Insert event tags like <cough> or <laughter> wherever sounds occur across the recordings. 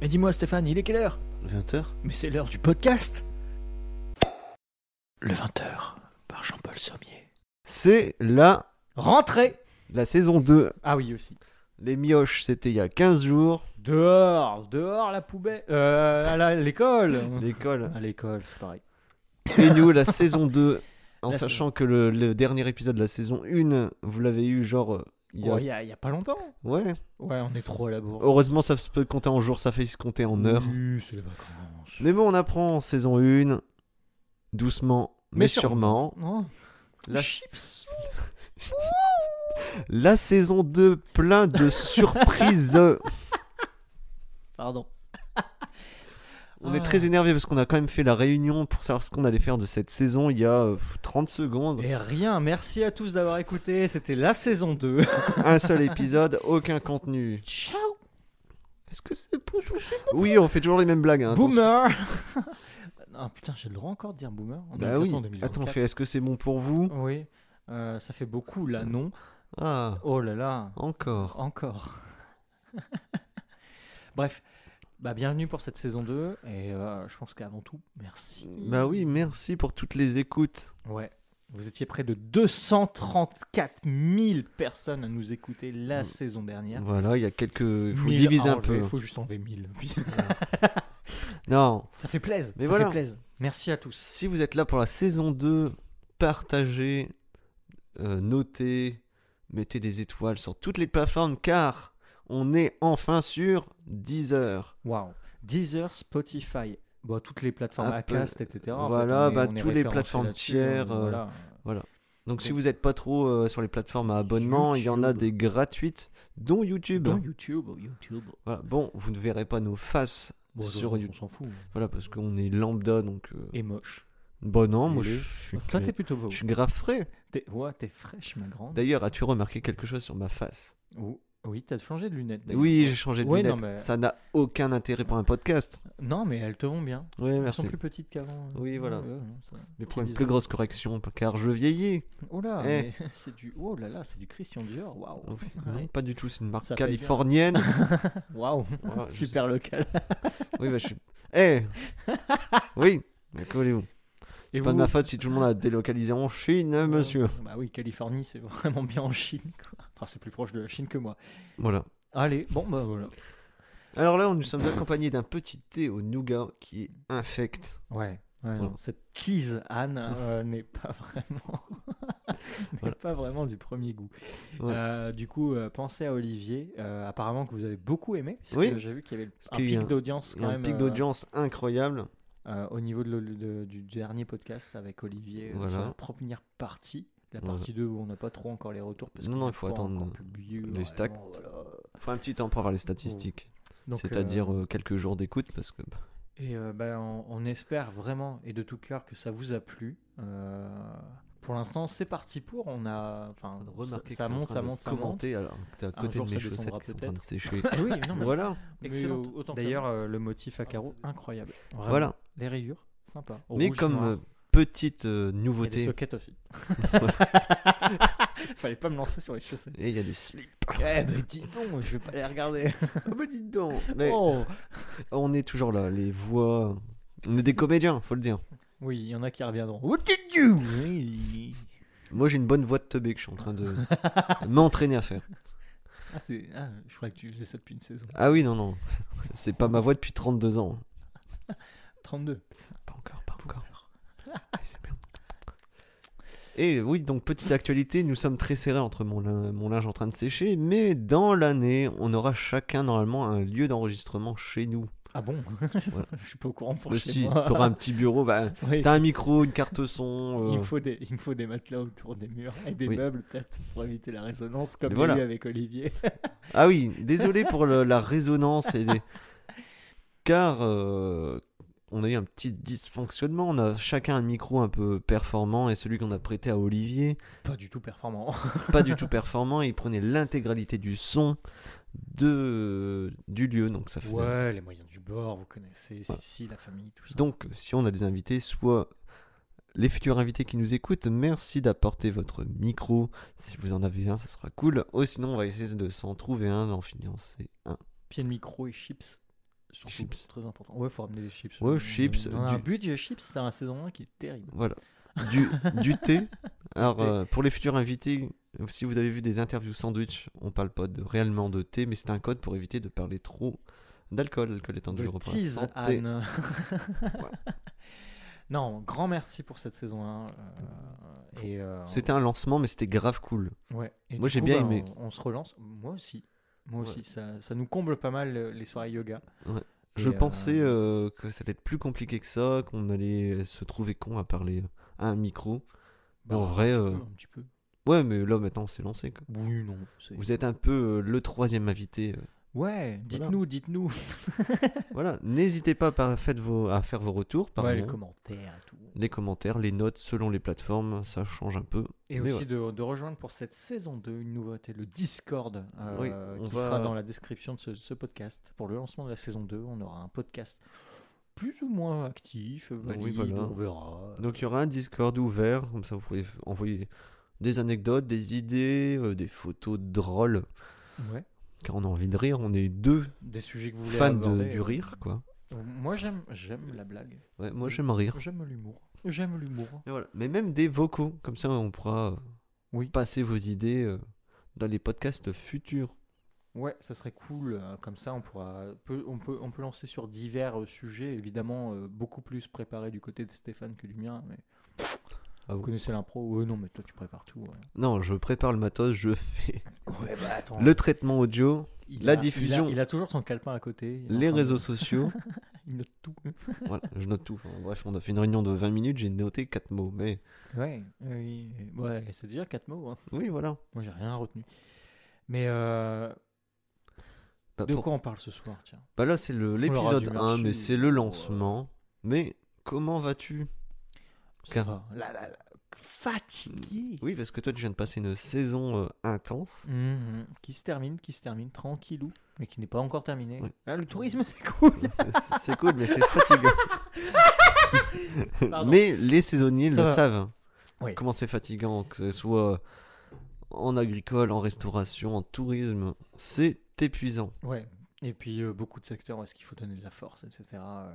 Mais dis-moi Stéphane, il est quelle heure 20h Mais c'est l'heure du podcast Le 20h, par Jean-Paul Sommier. C'est la, Rentrée la saison 2. Ah oui aussi. Les mioches, c'était il y a <laughs> 15 jours. Dehors, dehors la poubelle. Euh, à la- <laughs> l'école L'école. À l'école, c'est pareil. Et nous, la saison 2. En La sachant que le, le dernier épisode de la saison 1, vous l'avez eu genre. euh, il y a- Ouais, Oh, Il y, a... il y a pas longtemps. Ouais. Ouais, on est trop à la bourre. Heureusement, ça se peut compter en jours, ça fait se compter en heures. Oui, c'est les vacances. Mais bon, on apprend en saison 1. Doucement, mais, Mais sûrement. Non. La, Chips la saison 2, <laughs> plein de surprises. Pardon. On est Ah. très énervé parce qu'on a quand même fait la réunion pour savoir ce qu'on allait faire de cette saison il y a euh, pff, 30 secondes. Et rien, merci à tous d'avoir écouté, c'était la saison 2. Un seul épisode, aucun contenu. <laughs> Ciao Est-ce que c'est Oui, on fait toujours les mêmes blagues. hein, Boomer <laughs> Ah putain, j'ai le droit encore de dire boomer On est attention. Bah bientôt oui. en 2024. Attends, fait, est-ce que c'est bon pour vous Oui, Euh, ça fait beaucoup là, non Ah, Oh là là, encore. encore. <laughs> Bref, bah, bienvenue pour cette saison 2 et euh, je pense qu'avant tout, merci. Bah oui, merci pour toutes les écoutes. Ouais. Vous étiez près de 234 000 personnes à nous écouter la Mm. saison dernière. Voilà, il y a quelques. Il faut 1000 diviser à un enlever, peu. faut juste enlever 1000. <laughs> Puis- <laughs> Non, ça fait plaisir. Mais ça voilà. fait plaisir. Merci à tous. si vous êtes là pour la saison 2, partagez, euh, notez, mettez des étoiles sur toutes les plateformes car on est enfin sur 10 heures. Waouh. Deezer, Spotify, bon, toutes les plateformes Apple. Acast, etc. En fait, Voilà, on est- bah, on est tous les référencés plateformes là-dessus, tiers, euh, euh, voilà. Donc si Donc- vous n'êtes pas trop euh, sur les plateformes à abonnement, il y en a YouTube. des gratuites, dont YouTube. Dans YouTube, YouTube. Voilà. Bon, vous ne verrez pas nos faces, Bon, Sur sur on YouTube. s'en fout. voilà, parce qu'on est lambda, donc... euh, Et moche. Bon, non, moi Et je les- suis... Toi, t'es plutôt beau. Je suis grave frais. T'es... Ouais, t'es fraîche, ma grande. D'ailleurs, as-tu remarqué quelque chose sur ma face Ou- Oui, t'as changé de lunettes. d'ailleurs. Oui, j'ai changé de Ouais, non, lunettes. mais- Ça n'a aucun intérêt pour un podcast. Non, mais elles te vont bien. Oui, Elles Eh, merci. sont plus petites qu'avant. euh. Oui, voilà. Ouais, ouais, non, ça- Mais c'est pour une bizarre. plus grosse correction, car je vieillis. Oh là, Eh. mais <laughs> c'est du. Oh là là, c'est du Christian Dior. Waouh. Oh, Ouais. Non, pas du tout, c'est une marque Ça paye bien. californienne. <laughs> Waouh. Voilà, Oh. Ah, je Super local. sais- Oui, bah, je suis. <laughs> Eh Oui, mais que voulez-vous Et C'est pas de ma faute si tout le monde a délocalisé en Chine, <laughs> monsieur. Bah oui, Californie, c'est vraiment bien en Chine. Quoi. Enfin, c'est plus proche de la Chine que moi. Voilà. Allez, bon, bah voilà. Alors là, nous sommes accompagnés d'un petit thé au nougat qui infecte. Ouais. ouais, non, Ouais. cette tease Anne euh, n'est pas vraiment <laughs> n'est Voilà. pas vraiment du premier goût. Ouais. Euh, du coup, euh, pensez à Olivier. Euh, apparemment que vous avez beaucoup aimé. Parce Oui. que j'ai vu qu'il y avait Parce un qu'il y a pic un- d'audience Il y quand a un même. pic euh, d'audience incroyable. euh, au niveau de le- de- du dernier podcast avec Olivier euh, sur Voilà. la première partie. La Voilà. partie 2 où on n'a pas trop encore les retours parce Non, qu'on non, n'a il faut pas attendre encore publié, les vraiment, stats. voilà. Faut un petit temps pour avoir les statistiques. Oh. Donc, C'est-à-dire euh, quelques jours d'écoute parce que bah, Et euh, ben, on, on espère vraiment et de tout cœur que ça vous a plu. Euh, pour l'instant, c'est parti pour. On a, enfin, ça, remarquez ça que t'es en monte, train ça de monte, ça monte. commenter alors que t'es à côté jour, de ça mes descendra chaussettes qui sont en train de peut-être. sécher. Oui, <coughs> non, <laughs> mais- voilà, mais Excellente. au- autant que ça D'ailleurs, euh, le motif à carreaux, incroyable. Vraiment. voilà. Les rayures, sympa. Au Mais rouge, comme noir. euh, petite euh, et les nouveauté, sockets <laughs> aussi. Fallait pas me lancer sur les chaussettes. et il y a des slips. <laughs> Eh ben dis donc, je vais pas les <laughs> regarder. Ah bah dis donc Mais Oh on est toujours là, les voix. On est des comédiens, faut le dire. Oui, il y en a qui reviendront. What did you? Oui. Moi j'ai une bonne voix de teubé que je suis en train <laughs> de m'entraîner à faire. Ah, c'est... ah, je croyais que tu faisais ça depuis une saison. Ah oui, non, <laughs> non. C'est pas ma voix depuis 32 ans. 32. Pas encore, pas encore. Ah, c'est bien. Et oui, donc petite actualité, nous sommes très serrés entre mon, lin- mon linge en train de sécher, mais dans l'année, on aura chacun normalement un lieu d'enregistrement chez nous. Ah bon Voilà. <laughs> Je suis pas au courant pour Mais chez si, moi. t'auras un petit bureau, <laughs> bah, <laughs> Oui, t'as un micro, une carte son. il, euh, me faut des, il me faut des matelas autour des murs et des Oui. meubles peut-être pour éviter la résonance comme Mais il y a voilà. eu avec Olivier. <laughs> Ah oui, désolé pour le- la résonance et les- Car euh, on a eu un petit dysfonctionnement, on a chacun un micro un peu performant et celui qu'on a prêté à Olivier Pas du tout performant. pas du tout performant. et Il prenait l'intégralité du son de, du lieu. Donc, ça faisait... Ouais, les moyens du bord, vous connaissez, si, Ouais. si, la famille, tout ça. donc si on a des invités, soit les futurs invités qui nous écoutent, merci d'apporter votre micro. Si vous en avez un, ça sera Oh, cool. Ou sinon, on va essayer de s'en trouver un, d'en financer un. Pied de micro et chips. Surtout, Chips. Très important. Ouais, faut ramener des chips. Ouais, On- chips, On a un du- budget chips, c'est la saison 1 qui est terrible. Voilà. Du, du thé. Alors, thé. euh, pour les futurs invités, si vous avez vu des interviews sandwich, on parle pas de, réellement de thé, mais c'est un code pour éviter de parler trop d'alcool. L'alcool étant Le dangereux pour la tease, santé. Anne. <laughs> Non, grand merci pour cette saison 1. et euh, C'était un lancement, mais c'était grave cool. ouais. Et moi, du j'ai coup, bien bah, aimé. On, on se relance. Moi aussi. Moi Ouais. aussi. Ça, ça nous comble pas mal euh, les soirées yoga. Ouais. Et, Je euh, pensais euh, que ça allait être plus compliqué que ça, qu'on allait se trouver con à parler à un micro. bah, en vrai, un petit euh, peu, un petit peu. Ouais, mais là maintenant, on s'est lancé. quoi. Oui, non. c'est- Vous êtes un peu euh, le troisième invité. euh. Ouais, dites-nous, dites-nous. <laughs> voilà, n'hésitez pas par- faites vos- à faire vos retours, pardon. Ouais, les commentaires et tout. les commentaires, les notes selon les plateformes, ça change un peu. Et Mais aussi ouais. de, de rejoindre pour cette saison 2 une nouveauté, le Discord, euh, Oui, on qui va- sera dans la description de ce, ce podcast. Pour le lancement de la saison 2, on aura un podcast plus ou moins actif, valide, voilà. on verra. Donc il y aura un Discord ouvert, comme ça vous pouvez envoyer des anecdotes, des idées, euh, des photos drôles, Ouais. car on a envie de rire, on est deux Des sujets que vous voulez fans de- aborder. hein. du rire, quoi. Moi, j'aime, j'aime la blague. Ouais, moi j'aime rire. J'aime l'humour. J'aime l'humour. Et voilà. Mais même des vocaux, comme ça on pourra euh, Oui. passer vos idées euh, dans les podcasts futurs. Ouais, ça serait cool. euh, Comme ça, on pourra, peut, on peut, on peut lancer sur divers euh, sujets. Évidemment, euh, beaucoup plus préparé du côté de Stéphane que du mien. Mais Ah vous bon connaissez l'impro Ouais, non, mais toi, tu prépares tout. ouais. Non, je prépare le matos, <laughs> je fais Ouais, bah attends. le traitement audio, Il la a- il a- diffusion. Il a, toujours son calepin à côté. il est en les train de- réseaux sociaux. <laughs> Il note tout. voilà, je note tout. Enfin, bref, on a fait une réunion de 20 minutes, j'ai noté 4 mots, mais Ouais, oui, oui. ouais c'est déjà quatre mots. hein. oui, voilà. Moi, j'ai rien retenu. Mais euh, Bah, de pour- quoi on parle ce soir tiens Bah là, c'est leur le- a l'épisode dû 1, mais marcher, c'est le ou- lancement. Mais comment vas-tu Ça Car- va. La- la- la- Fatigué. Oui, parce que toi, tu viens de passer une saison euh, intense. Mhm. Qui se termine, qui se termine tranquillou, mais qui n'est pas encore terminé. Ouais. Ah, le tourisme, <laughs> c'est cool. C'est- c'est cool, <laughs> mais c'est fatigant. Pardon. mais les saisonniers Ça le va. savent. hein. Oui. Comment c'est fatigant, que ce soit en agricole, en restauration, en tourisme. C'est épuisant. Ouais. Et puis euh, beaucoup de secteurs où est-ce qu'il faut donner de la force, etc. Euh,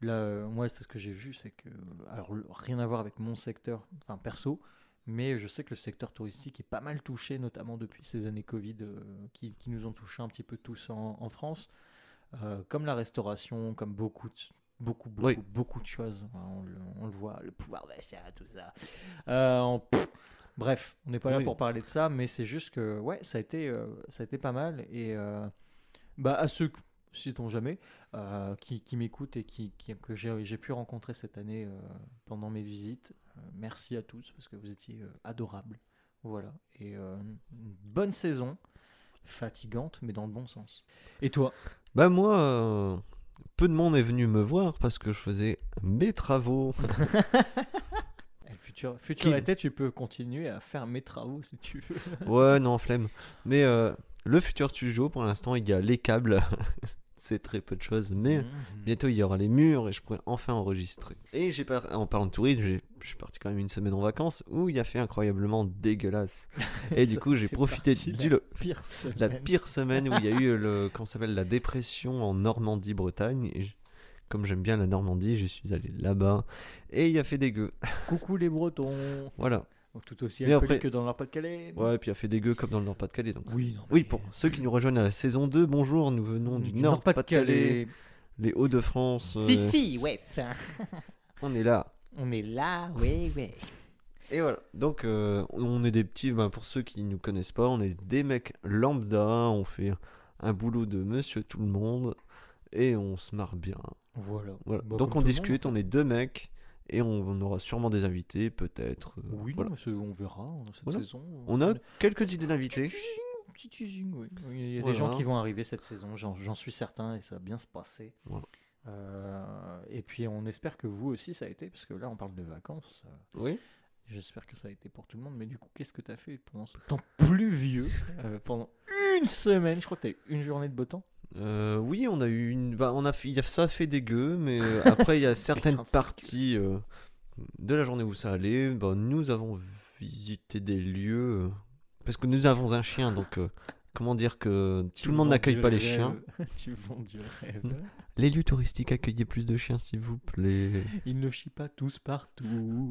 là, euh, moi, c'est ce que j'ai vu, c'est que alors le- rien à voir avec mon secteur, enfin perso, mais je sais que le secteur touristique est pas mal touché, notamment depuis ces années Covid euh, qui, qui nous ont touché un petit peu tous en, en France, Euh, comme la restauration, comme beaucoup de beaucoup beaucoup Oui. beaucoup de choses Hein, on, le- on le voit le pouvoir d'achat tout ça Euh, on- pff, bref on n'est pas là Oui. pour parler de ça mais c'est juste que ouais ça a été euh, ça a été pas mal et euh, bah, à ceux, si on jamais, euh, qui, qui m'écoutent et qui, qui- que j'ai j'ai pu rencontrer cette année euh, pendant mes visites, euh, merci à tous parce que vous étiez euh, adorables. Voilà. Et euh, une bonne saison, fatigante, mais dans le bon sens. Et toi Bah moi, euh, peu de monde est venu me voir parce que je faisais mes <laughs> travaux. Eh, Futur, futur Qui- été, tu peux continuer à faire mes travaux si tu veux. Ouais, non, flemme. Mais euh, le futur studio, pour l'instant, il y a les câbles. <laughs> c'est très peu de choses, mais Mhm. bientôt il y aura les murs et je pourrai enfin enregistrer. Et j'ai par... en parlant de tourisme, j'ai- je suis parti quand même une semaine en vacances où il a fait incroyablement <laughs> dégueulasse. Et du Ça coup, j'ai fait profité partie de du la le- pire la semaine. pire semaine où il y a eu le qu'on s'appelle la dépression en Normandie-Bretagne. Et je- Comme j'aime bien la Normandie, je suis allé là-bas et il a fait dégueu. Coucou les Bretons Voilà. Tout aussi Mais alcooliques que après- dans leur Pas-de-Calais Ouais, et puis il a fait dégueu comme dans le Nord-Pas-de-Calais. donc ça- Oui, non, Oui, mais- pour ceux qui nous rejoignent à la saison 2, bonjour, nous venons Mm, du, Nord-Pas-de-Calais, les Hauts-de-France. euh, Fifi, ouais. enfin, on est là. On est là, ouais, ouais. Et voilà. Donc, euh, on est des petits, ben, pour ceux qui nous connaissent pas, on est des mecs lambda, on fait un boulot de monsieur tout le monde, et on se marre bien. Voilà. Voilà. Bah, Donc, comme on tout le discute, monde, on est deux mecs, et on, on aura sûrement des invités, peut-être. euh, en fait. Oui, voilà. non, c'est- on verra hein, cette Voilà. saison. On a quelques idées d'invités. Petit teasing, oui. Oui, Il y a Voilà. des gens qui vont arriver cette saison, j'en j'en suis certain, et ça va bien se passer. Voilà. Euh, et puis on espère que vous aussi ça a été, parce que là on parle de vacances. euh, Oui. J'espère que ça a été pour tout le monde, mais du coup, qu'est-ce que t'as fait pendant ce temps pluvieux euh, Pendant une semaine, je crois que t'as eu une journée de beau temps. Euh, oui, on a eu une. bah, on a fait... il y a- Ça a fait dégueu, mais euh, après, il y a certaines Putain, parties euh, de la journée où ça allait. Bah, nous avons visité des lieux. euh, Parce que nous avons un chien, donc euh, comment dire que Tu euh, tout le monde vends n'accueille du pas les rêve. chiens. tu vends du rêve. Les lieux touristiques, accueillez plus de chiens, s'il vous <laughs> plaît. Ils ne chient pas tous partout.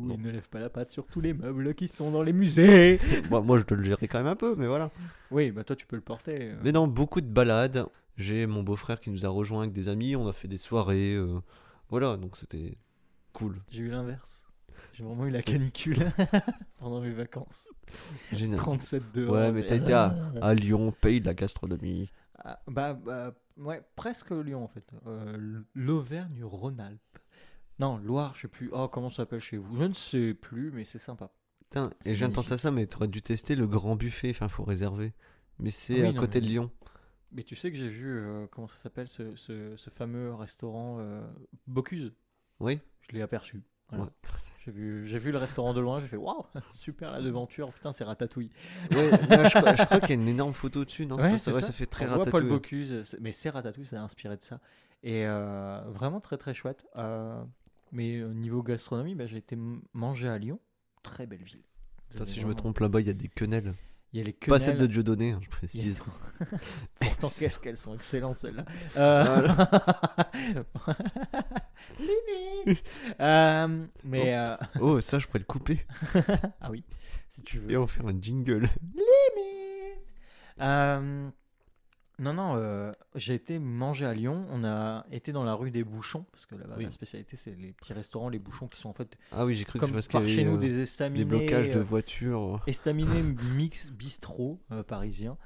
Ils ne lèvent pas la patte sur tous les meubles qui sont dans les musées. Bah, moi, moi, je te le gérerai quand même un peu, mais voilà. oui, bah toi, tu peux le porter. euh. Mais non, beaucoup de balades. J'ai mon beau-frère qui nous a rejoint avec des amis, on a fait des soirées. euh, voilà, donc c'était cool. J'ai eu l'inverse. J'ai vraiment eu la canicule <laughs> pendant mes vacances. Génial. 37 dehors. Ouais, mais t'as été à, à Lyon, pays de la gastronomie. Ah, bah, bah, ouais, presque Lyon en fait. Euh, l- L'Auvergne-Rhône-Alpes. Non, Loire, je sais plus. Oh, comment ça s'appelle chez vous Je ne sais plus, mais c'est sympa. Putain, C'est et je viens de penser à ça, mais t'aurais dû tester le grand buffet, enfin, faut réserver. Mais c'est Ah oui, à non, côté mais- de Lyon. Mais tu sais que j'ai vu, euh, comment ça s'appelle, ce, ce- ce fameux restaurant euh, Bocuse Oui Je l'ai aperçu. Voilà. Ouais. J'ai vu, j'ai vu le restaurant de loin, j'ai fait waouh, <laughs> super l'aventure, putain, c'est ratatouille. Ouais, non, je, crois- je crois qu'il y a une énorme photo dessus, non c'est Ouais, pas c'est ouais, ça. fait très On voit Paul ratatouille. Bocuse, c'est- mais c'est Ratatouille, ça a inspiré de ça. Et euh, vraiment très très chouette. Euh, mais au niveau gastronomie, bah, j'ai été m- manger à Lyon. Très belle ville. Vous Putain, avez si je me vraiment- trompe là-bas, il y a des quenelles. Il y a les Pas quenelles. celle de Dieudonné, hein, il y je a- précise. Pourtant, qu'est-ce qu'elles sont excellentes <laughs> celles-là. Euh, <laughs> Limite. Euh, mais euh, <laughs> Oh, ça, je pourrais le couper ah oui, si tu veux. et en faire un jingle. Limite. Euh, non, non, euh, j'ai été manger à Lyon. On a été dans la rue des Bouchons, parce que là-bas, Oui. la spécialité, c'est les petits restaurants, les bouchons qui sont en fait, Ah oui, j'ai cru que c'est comme parce qu'il y par avait chez nous, euh, des des estaminets. blocages de euh, voitures. estaminet mix bistrot euh, parisien.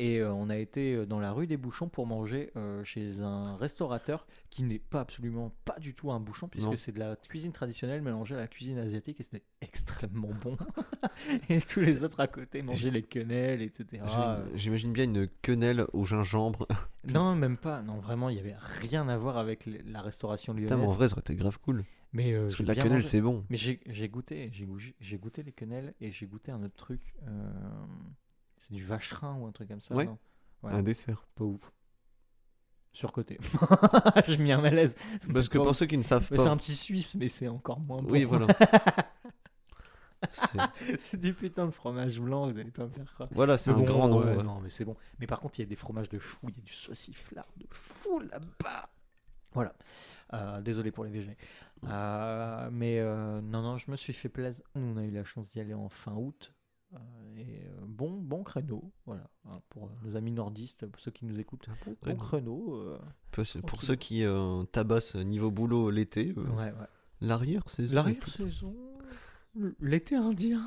Et euh, on a été euh, dans la rue des Bouchons pour manger euh, chez un restaurateur qui n'est pas absolument pas du tout un bouchon, Non. puisque c'est de la cuisine traditionnelle mélangée à la cuisine asiatique et c'était extrêmement bon. <laughs> et tous les autres à côté mangeaient les quenelles, etc. J'imagine- J'imagine bien une quenelle au gingembre. Non, même pas. Non, vraiment, il n'y avait rien à voir avec le- la restauration Putain, mais en lyonnaise. vrai, ça aurait été grave cool. Mais euh, Parce que j'ai de la bien quenelle, mangé. c'est bon. Mais j'ai j'ai goûté, j'ai goûté, j'ai goûté les quenelles et j'ai goûté un autre truc. euh, c'est du vacherin ou un truc comme ça. Ouais. non Ouais. Un dessert. <laughs> Pas ouf. Surcoté. <laughs> je m'y un malaise. Parce que Pas pour ouf. ceux qui ne savent Mais c'est pas. un petit suisse, mais c'est encore moins bon. Oui, voilà. <laughs> C'est- c'est du putain de fromage blanc, vous allez pas me faire croire. Voilà, c'est Mais un bon, grand nom. ouais, ouais. Non, mais c'est bon. Mais par contre, il y a des fromages de fou, il y a du sauciflard de fou là-bas. Voilà. Euh, désolé pour les VG. Euh, mais euh, non, non, je me suis fait plaisir. Nous, on a eu la chance d'y aller en fin août. Euh, et euh, bon, bon créneau. Voilà. hein, pour euh, nos amis nordistes, pour ceux qui nous écoutent. Ah, Bon Donc, créneau. euh, pour- Pour tranquille. ceux qui euh, tabassent niveau boulot l'été, euh, ouais, ouais. l'arrière saison. L'arrière-saison. L'été indien.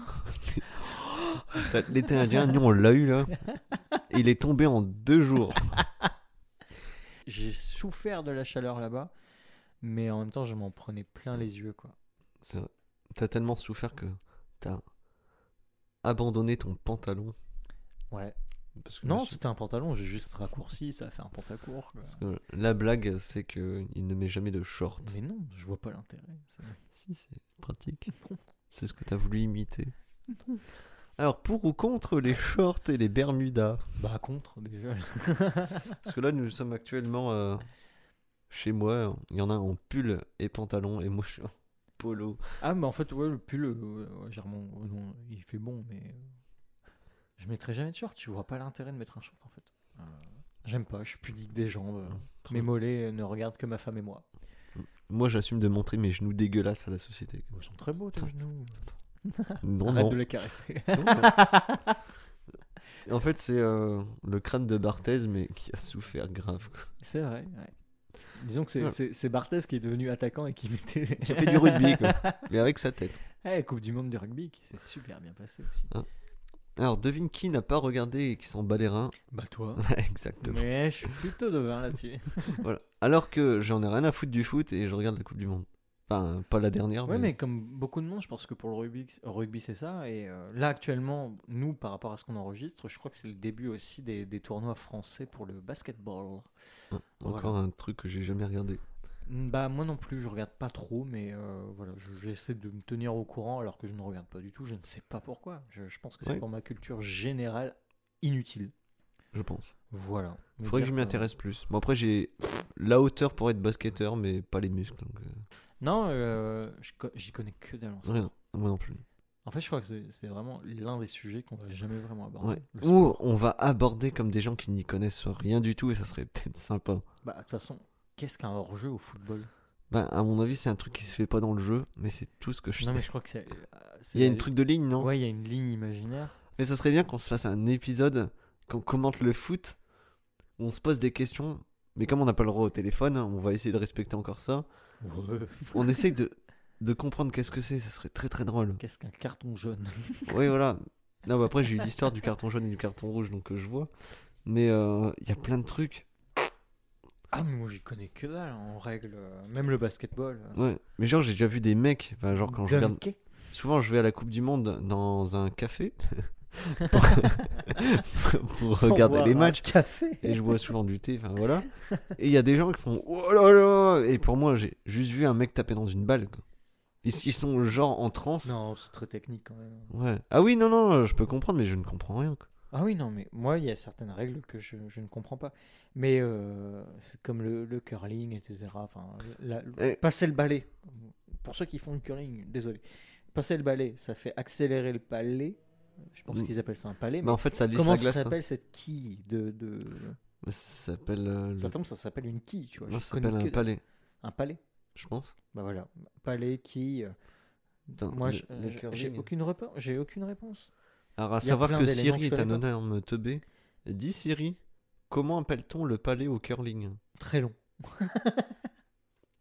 L'été indien, nous on l'a <laughs> eu là. Et il est tombé en deux jours. J'ai souffert de la chaleur là-bas. Mais en même temps, je m'en prenais plein les yeux, quoi. C'est vrai. T'as tellement souffert que t'as abandonné ton pantalon. Ouais. Parce que Non, je suis- c'était un pantalon, j'ai juste raccourci, ça a fait un pantacourt. quoi. parce que la blague, c'est que il ne met jamais de short. Mais non, je vois pas l'intérêt. ça. Si, c'est pratique. C'est ce que t'as voulu imiter. Alors, pour ou contre les shorts et les bermudas Bah contre déjà. Parce que là, nous sommes actuellement euh, chez moi. Il y en a un en pull et pantalon, et moi, je suis en polo. <laughs> Ah mais en fait ouais le pull, euh, ouais, ouais, j'ai remon- oh non, il fait bon mais euh, je mettrai jamais de short. Je vois pas l'intérêt de mettre un short en fait. Euh, J'aime pas, je suis pudique des jambes. euh, Trop Mes bien. mollets euh, ne regardent que ma femme et moi. Moi, j'assume de montrer mes genoux dégueulasses à la société. Ils sont très beaux tes genoux. Non, Ah, Arrête Oh non. de les caresser. Non, non. en fait, c'est euh, le crâne de Barthez, mais qui a souffert grave. quoi. <laughs> c'est vrai. ouais. Disons que c'est- Ouais. c'est c'est Barthez qui est devenu attaquant et qui mettait. Qui a fait du rugby, quoi. Mais avec sa tête. <laughs> Eh, Coupe du Monde de rugby qui s'est super bien passée aussi. Alors, devine qui n'a pas regardé et qui s'en bat les reins. <laughs> Bah toi. Exactement. Mais je suis plutôt devin <laughs> là-dessus. Voilà. Alors que j'en ai rien à foutre du foot et je regarde la Coupe du Monde. Enfin, pas la dernière, Ouais, mais, mais comme beaucoup de monde, je pense que pour le rugby, rugby c'est ça. Et euh, là, actuellement, nous, par rapport à ce qu'on enregistre, je crois que c'est le début aussi des, des tournois français pour le basketball. encore un truc que j'ai jamais regardé. Mm, Bah, moi non plus, je regarde pas trop, mais euh, voilà, je- j'essaie de me tenir au courant alors que je ne regarde pas du tout. Je ne sais pas pourquoi. Je, je pense que c'est Ouais. pour ma culture générale inutile. Je pense. Voilà. Me Faudrait que dire je m'y intéresse plus. Bon, après, j'ai la hauteur pour être basketteur, mais pas les muscles. donc, euh, Non, euh, je co- j'y connais que dalle en rien. Moi non plus. En fait, je crois que c'est- c'est vraiment l'un des sujets qu'on va jamais vraiment aborder. Ouais. le sport. Ou on va aborder comme des gens qui n'y connaissent rien du tout et ça serait <laughs> peut-être sympa. Bah, de toute façon, qu'est-ce qu'un hors-jeu au football Ben, à mon avis, c'est un truc qui se fait pas dans le jeu, mais c'est tout ce que je Non, sais. mais je crois que c'est. euh, c'est- Il y a une truc de ligne, non Ouais, il y a une ligne imaginaire. Mais ça serait bien qu'on se fasse un épisode, qu'on commente le foot, où on se pose des questions. Mais comme on n'a pas le droit au téléphone, on va essayer de respecter encore ça. <laughs> On essaye de, de comprendre qu'est-ce que c'est, ça serait très très drôle. Qu'est-ce qu'un carton jaune Oui, voilà. Non, bah après, j'ai eu l'histoire du carton jaune et du carton rouge, donc euh, je vois. Mais euh, il y a plein de trucs. Ah, mais moi, j'y connais que dalle en règle. euh, Même le basketball. euh. Ouais. Mais genre, j'ai déjà vu des mecs, enfin, genre quand je regarde. Dunker. Souvent, je vais à la Coupe du Monde dans <laughs> un café pour, <laughs> pour regarder Boire les un matchs. Café. Et je bois souvent du thé, enfin voilà. Et il y a des gens qui font Oh là là Et pour moi, j'ai juste vu un mec taper dans une balle. quoi. Ils, ils sont genre en transe. Non, c'est très technique quand même. Ouais. Ah oui, non, non, je peux comprendre, mais je ne comprends rien. quoi. Ah oui, non, mais moi, il y a certaines règles que je, je ne comprends pas. Mais euh, c'est comme le, le curling, etc. Enfin, la- Eh. Passer le balai. Pour ceux qui font du curling, désolé. Passer le balai, ça fait accélérer le palais. Je pense Mm. qu'ils appellent ça un palais. Mais Mais en fait, ça lisse comment la ça glace. hein. s'appelle cette quille de, de... Mais Ça s'appelle. euh, le- Ça tombe, ça s'appelle une quille, tu vois. Non, Bah, je ça connais s'appelle un que- palais, Un palais je pense. Bah voilà. Palais, quille. euh, Attends, Moi, le- je- le je- j'ai curling. aucune, répo- j'ai aucune réponse. Alors, à Il y a savoir plein que d'éléments Siri que je est un connais pas. énorme teubé. Dis Siri, comment appelle-t-on le palais au curling Très long.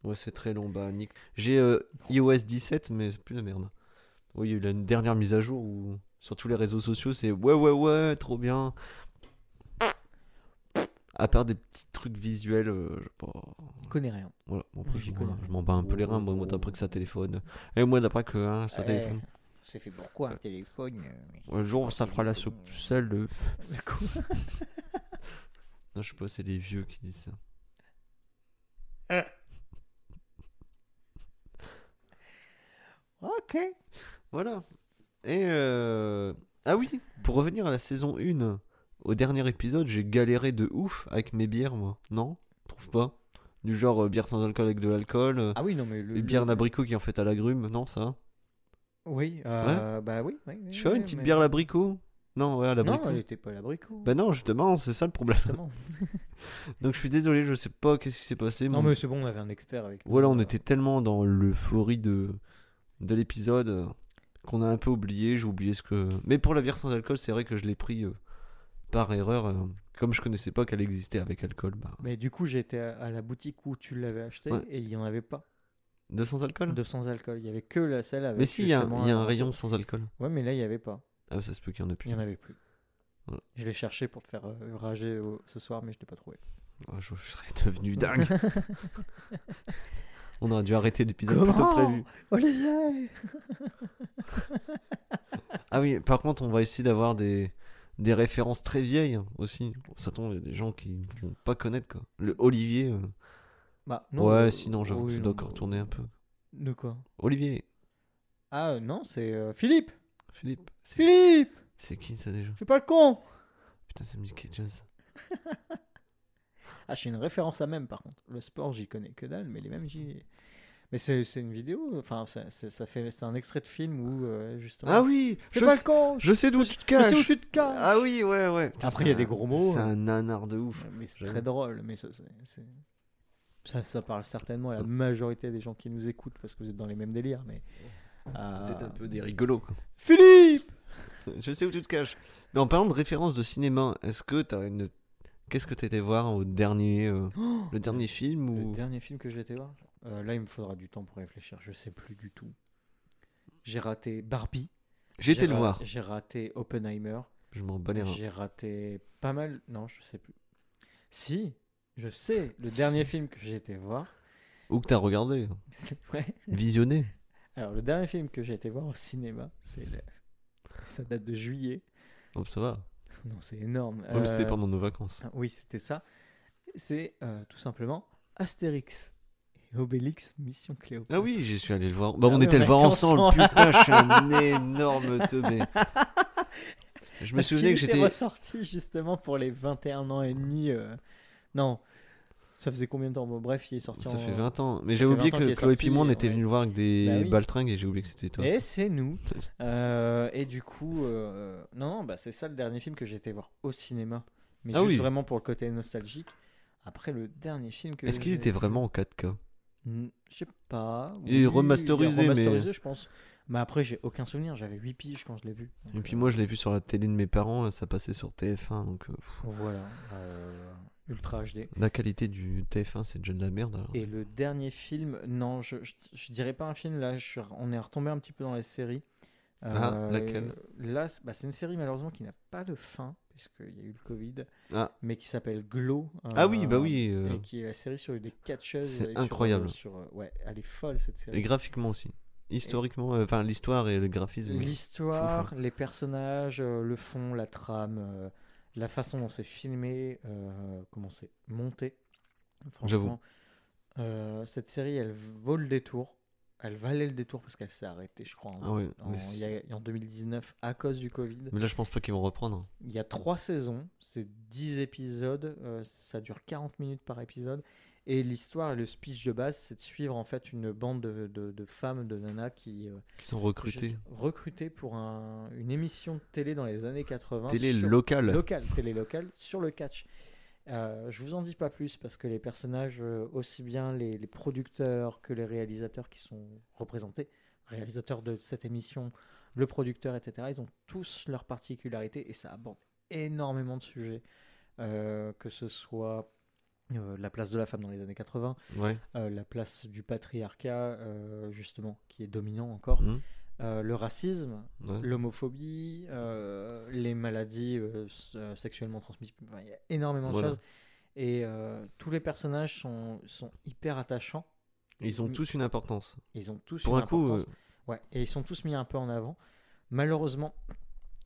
Ouais, c'est très long, bah nick. J'ai euh, iOS 17, mais c'est plus la merde. Oui, il y a eu la dernière mise à jour où sur tous les réseaux sociaux, c'est ouais, ouais, ouais, trop bien. À part des petits trucs visuels, euh, je sais pas. Je connais rien. Voilà, bon, après, Ouais, je j'y m'en- connais rien. je m'en bats un peu les reins, moi, moi d'après que ça téléphone. Et moi d'après que hein, ça Eh, téléphone. C'est fait pourquoi un téléphone euh, mais- Un jour, ça fera la soupe téléphone. <laughs> seule. euh. Le coup. <laughs> Non, je sais pas, c'est les vieux qui disent ça. Ok. Voilà. Et euh, ah oui, pour revenir à la saison 1, au dernier épisode, j'ai galéré de ouf avec mes bières, moi. Non, trouve pas. Du genre euh, bière sans alcool avec de l'alcool, euh, Ah oui, non, mais le. et bière le- en abricot qui est en fait à l'agrume, non ça. Oui, euh, bah oui. oui, oui, Je fais oui, une petite mais- bière à l'abricot. Non, ouais, à l'abricot. Non, elle était pas à l'abricot. Bah non, justement, c'est ça le problème. <laughs> justement. Donc je suis désolé, je sais pas qu'est-ce qui s'est passé. non, mon- mais c'est bon, on avait un expert avec nous. Voilà, on euh, était tellement dans l'euphorie de, de l'épisode euh, qu'on a un peu oublié. J'ai oublié ce que. Mais pour la bière sans alcool, c'est vrai que je l'ai pris euh, par erreur. euh, comme je connaissais pas qu'elle existait avec alcool, bah, Mais du coup, j'étais à à la boutique où tu l'avais acheté Ouais. et il n'y en avait pas de sans alcool de sans alcool. Il y avait que la celle avec. Mais si, il y a, justement il y a un la- rayon sans alcool. Ouais, mais là, il n'y avait pas. Ah, ça se peut qu'il y en ait Il plus. n'y en avait plus. Voilà. Je l'ai cherché pour te faire euh, rager euh, ce soir, mais je ne l'ai pas <laughs> trouvé. Oh, je, je serais <laughs> devenu dingue. on aurait dû arrêter l'épisode plutôt Comment prévu. Olivier Ah oui, par contre, on va essayer d'avoir des, des références très vieilles hein, aussi. Ça tombe, il y a des gens qui ne vont pas connaître quoi. Le Olivier. euh, Bah, non, ouais, euh, sinon j'avoue que oui, ça non, doit encore tourner un peu. De quoi Olivier, Ah euh, non, c'est euh, Philippe Philippe, c'est, Philippe c'est qui ça déjà Fais pas le con Putain, ça me dit quelque chose. Ah, j'ai une référence à même par contre. Le sport, j'y connais que dalle, mais les mêmes, j'y. Mais c'est c'est une vidéo, enfin, ça, c'est- ça fait, c'est un extrait de film où euh, justement. Ah oui, Fais je, pas sais- le con je sais d'où tu te Je caches. sais où tu te caches Ah oui, ouais, ouais. Putain, Après, c'est il y a un- des gros mots. hein. C'est un nanar de ouf. Mais c'est j'avoue. très drôle, mais ça, c'est- c'est- ça, ça parle certainement à la majorité des gens qui nous écoutent parce que vous êtes dans les mêmes délires, mais. euh, C'est un peu des rigolos. quoi. <laughs> Philippe je sais où tu te caches. Non, parlant de référence de cinéma, est-ce que t'as une. Qu'est-ce que t'étais voir au dernier. euh, <gasps> Oh le dernier film Le ou. dernier film que j'ai été voir euh, Là, il me faudra du temps pour réfléchir. Je sais plus du tout. J'ai raté Barbie. J'ai été J'ai le ra- voir. J'ai raté Oppenheimer. Je m'en bats les reins. J'ai raté pas mal. Non, je sais plus. Si, je sais. Le Si. dernier film que j'ai été <laughs> voir. Ou que t'as regardé. hein. c'est- Ouais. Visionné. Alors, le dernier film que j'ai été voir au cinéma, c'est le- ça date de juillet. <laughs> Oh, ça va. Non, c'est énorme. Ouais, mais c'était Euh, pendant nos vacances. Oui, c'était ça. C'est euh, tout simplement Astérix et Obélix, Mission Cléopâtre. Ah oui, j'y suis allé le voir. Bah, Ah on oui, était on le a voir été ensemble. ensemble. Putain, je suis un <laughs> énorme teubé. Je me Parce qu'il souvenais que était j'étais. ressorti justement pour les 21 ans et demi. euh, Non, Ça faisait combien de temps Bon, Bref, il est sorti Ça en. fait 20 ans. Mais ça j'ai fait oublié 20 ans qu'il que est Chloé sorti, Pimon était ouais. venue nous voir avec des Bah oui. baltringues et j'ai oublié que c'était toi. Et c'est <laughs> nous. Euh, et du coup, euh, non, non, bah, c'est ça le dernier film que j'ai été voir au cinéma. Mais Ah juste oui. vraiment pour le côté nostalgique. Après, le dernier film que. Est-ce qu'il j'ai- était vraiment en 4K Hmm, Je sais pas. Il est remasterisé, mais- remasterisé, je pense. Mais après, j'ai aucun souvenir. J'avais 8 piges quand je l'ai vu. Et Donc, puis euh, moi je l'ai vu sur la télé de mes parents, euh, ça passait sur TF1 donc euh, pff, Voilà. euh, ultra HD. la qualité du TF1 c'est déjà de la merde. alors. Et le dernier film, non, je, je, je dirais pas un film. Là, je suis- on est retombé un petit peu dans les séries. Euh, Ah, laquelle Là, c'est bah, c'est une série malheureusement qui n'a pas de fin, puisqu'il y a eu le Covid, Ah. mais qui s'appelle Glow. Ah oui, euh, bah oui. euh, Et qui est la série sur les catcheuses. C'est et sur- incroyable. Sur, euh, ouais, elle est folle cette Et série. graphiquement aussi. Historiquement, euh, enfin l'histoire et le graphisme. L'histoire, les personnages, euh, le fond, la trame, euh, la façon dont c'est filmé, euh, comment c'est monté. Franchement, J'avoue. euh, cette série, elle vaut le détour. Elle valait le détour parce qu'elle s'est arrêtée, je crois, en, Ah ouais, en- mais il c'est- Mm. y a- en 2019 à cause du Covid. Mais là je pense pas qu'ils vont reprendre. hein. Il y a trois saisons, c'est 10 épisodes, euh, ça dure 40 minutes par épisode. Et l'histoire et le speech de base, c'est de suivre en fait une bande de, de- de femmes, de nanas qui, euh, Qu'ils sont recrutés. je- recruté pour un- une émission de télé dans les années 80. Télé sur- locale. locale, télé locale sur le catch. Euh, je vous en dis pas plus parce que les personnages, euh, aussi bien les, les producteurs que les réalisateurs qui sont représentés, réalisateurs de cette émission, le producteur, etc., ils ont tous leurs particularités et ça aborde énormément de sujets, Euh, que ce soit euh, la place de la femme dans les années 80, Ouais. euh, la place du patriarcat, euh, justement, qui est dominant encore, Mhm. euh, le racisme, Hmm, Ouais. l'homophobie, euh, les maladies euh, s- euh, sexuellement transmissibles, Enfin, il y a énormément Voilà. de choses. Et euh, tous les personnages sont, sont hyper attachants. Et Ils ont tous une importance. Ils ont tous Pour Mm. une un coup, euh, importance. Ouais, et ils sont tous mis un peu en avant. Malheureusement,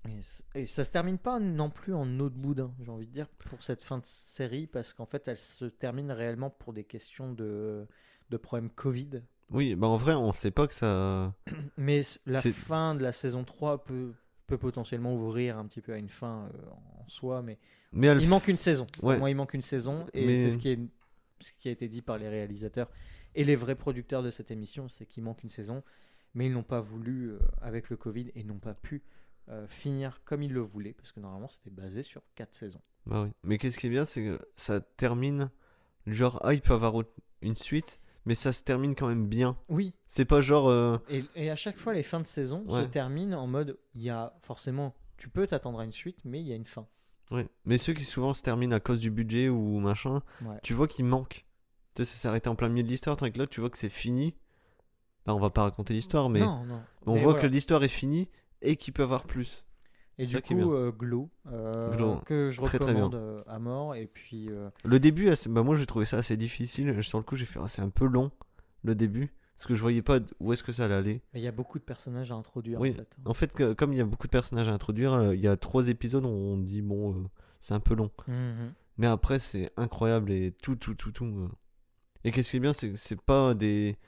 et, c- et ça se termine pas non plus en eau de boudin, j'ai envie de dire, pour cette fin de série, parce qu'en fait, elle se termine réellement pour des questions de, de problèmes Covid. Oui, bah en vrai, on sait pas que ça. Mais s- la C'est- fin de la saison 3 peut, peut potentiellement ouvrir un petit peu à une fin euh, en soi, mais Mais elle. il manque une saison. Pour Ouais. Moi, il manque une saison, et Mais- c'est ce qui est ce qui a été dit par les réalisateurs et les vrais producteurs de cette émission, c'est qu'il manque une saison, mais ils n'ont pas voulu euh, avec le Covid et n'ont pas pu euh, finir comme ils le voulaient, parce que normalement c'était basé sur quatre saisons. Bah oui. Mais qu'est-ce qui est bien, c'est que ça termine. Genre, ah, il peut avoir autre- une suite, mais ça se termine quand même bien. Oui, C'est pas genre. euh, Et, et à chaque fois, les fins de saison se Ouais. terminent en mode il y a forcément, tu peux t'attendre à une suite, mais il y a une fin. Ouais. Mais ceux qui souvent se terminent à cause du budget ou machin, Ouais. tu vois qu'il manque. Tu sais, ça s'est arrêté en plein milieu de l'histoire, tandis que là, tu vois que c'est fini. Bah, on va pas raconter l'histoire, mais. Non, non. Mais on Mais voit voilà. que l'histoire est finie et qu'il peut avoir plus. Et C'est du ça qui est bien. coup, euh, Glow, euh, Glow, que je très, très bien. recommande euh, à mort. Et puis, euh, Le début, assez- bah, moi j'ai trouvé ça assez difficile. Sur le coup, j'ai fait ah, c'est un peu long le début parce que je voyais pas d- où est-ce que ça allait aller. il y a beaucoup de personnages à introduire Oui. en fait. hein. En fait, que- comme il y a beaucoup de personnages à introduire, euh, il y a trois épisodes où on dit bon, euh, c'est un peu long. Mhm. Mais après, c'est incroyable et tout, tout, tout, tout. euh. Et qu'est-ce qui est bien, c'est que c'est pas des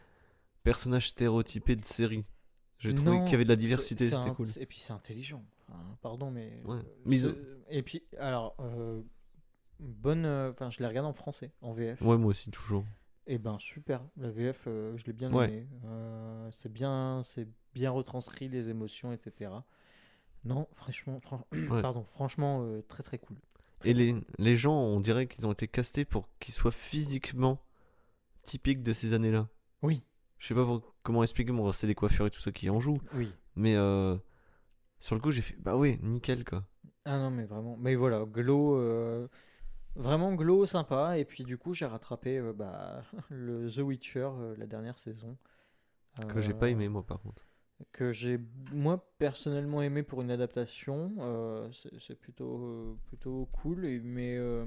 personnages stéréotypés de série. J'ai trouvé Non, qu'il y avait de la c'est- diversité, c'est c'était un- cool. Et puis c'est intelligent. Enfin, pardon, mais. Ouais. Mais ils ce- ont- Et puis, alors, euh, bonne. euh, Enfin, je les regarde en français, en VF. Ouais, moi aussi, toujours. Et ben super, la VF, euh, je l'ai bien Ouais. aimé. Euh, c'est bien, c'est bien retranscrit les émotions, etc. Non, franchement, fran- <clears throat> Ouais. pardon, franchement, euh, très très cool. Et les, les gens, on dirait qu'ils ont été castés pour qu'ils soient physiquement typiques de ces années-là. Oui, Je sais pas pour- comment expliquer, bon, c'est les coiffures et tout ça qui en jouent. oui. Mais euh, sur le coup, j'ai fait, bah ouais, nickel quoi. Ah non, mais vraiment. Mais voilà, Glow, euh, vraiment Glow sympa. Et puis du coup, j'ai rattrapé euh, bah, <laughs> le The Witcher, euh, la dernière saison. Que j'ai pas Euh, aimé moi par contre. que j'ai moi personnellement aimé pour une adaptation. euh, c'est c'est plutôt, euh, plutôt cool, et- mais euh,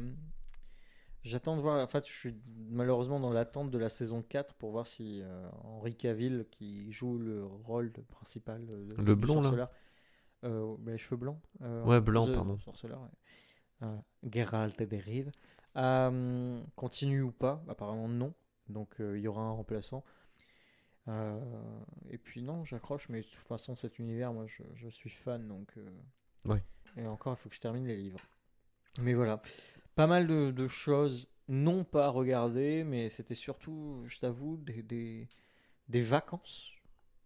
j'attends de voir. En fait, je suis malheureusement dans l'attente de la saison 4 pour voir si euh, Henri Cavill, qui joue le rôle principal euh, de- Le du blond, là. sorceleur, euh, les cheveux blancs. euh, Ouais, blanc, The pardon. Sorceleur, ouais. Euh, Geralt des Rives. Euh, continue ou pas Apparemment non. Donc euh, il y aura un remplaçant. Euh, et puis non, j'accroche, mais de toute façon cet univers, moi je, je suis fan, donc... euh, Ouais. Et encore, il faut que je termine les livres. Mais voilà. Pas mal de, de choses non pas regardé, mais c'était surtout, je t'avoue, des, des, des vacances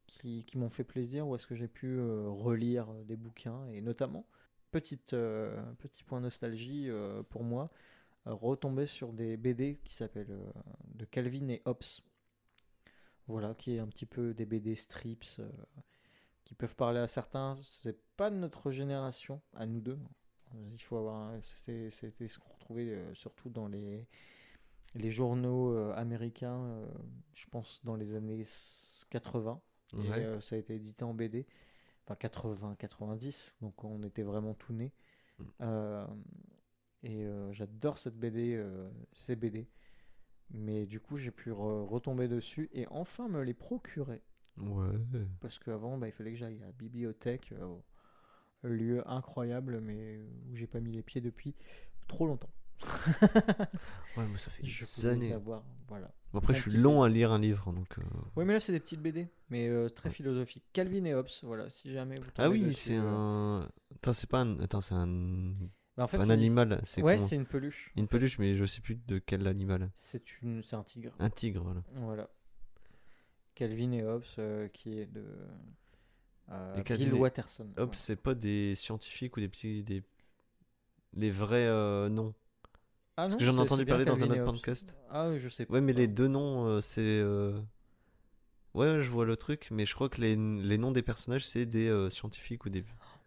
qui, qui m'ont fait plaisir, où est-ce que j'ai pu euh, relire des bouquins, et notamment, petite, euh, petit point nostalgie euh, pour moi, euh, retomber sur des BD qui s'appellent euh, de Calvin et Hobbes. Voilà, qui est un petit peu des BD strips euh, qui peuvent parler à certains. C'est pas de notre génération, à nous deux. Il faut avoir. un- c'est- C'était ce qu'on retrouvait euh, surtout dans les, les journaux euh, américains, euh, je pense dans les années s- 80. Et Ouais. euh, ça a été édité en BD, enfin 80, 90, donc on était vraiment tout nés. Mm. Euh, et euh, j'adore cette BD, euh, ces BD. Mais du coup, j'ai pu re- retomber dessus et enfin me les procurer. Ouais. Parce qu'avant, bah, il fallait que j'aille à la bibliothèque, euh, au- lieu incroyable, mais où j'ai pas mis les pieds depuis trop longtemps. Ouais, mais ça fait Je des pouvais années. savoir, voilà. Bon, après, un je suis petit long à lire un livre, donc. euh, Oui, mais là, c'est des petites BD, mais euh, très philosophiques. Calvin et Hobbes, voilà, si jamais vous Ah tombez oui, dessus, c'est euh, un. Attends, c'est pas un. Attends, c'est un. bah, en fait, pas un c'est une- animal. C'est Ouais, comment c'est une peluche. Une peluche, mais je sais plus de quel animal. C'est une, c'est un tigre. Un tigre, voilà. Voilà. Calvin et Hobbes, euh, qui est de euh, Et Calvin Bill et Watterson. Hop, Ouais. c'est pas des scientifiques ou des petits. Des... Les vrais euh, noms. Ah Parce non, que j'en ai c'est- entendu c'est bien parler dans un Calvin et autre Hobbes. podcast. Ah, je sais pas. Ouais, mais les deux noms, euh, c'est. euh, Ouais, je vois le truc, mais je crois que les, les noms des personnages, c'est des euh, scientifiques ou des.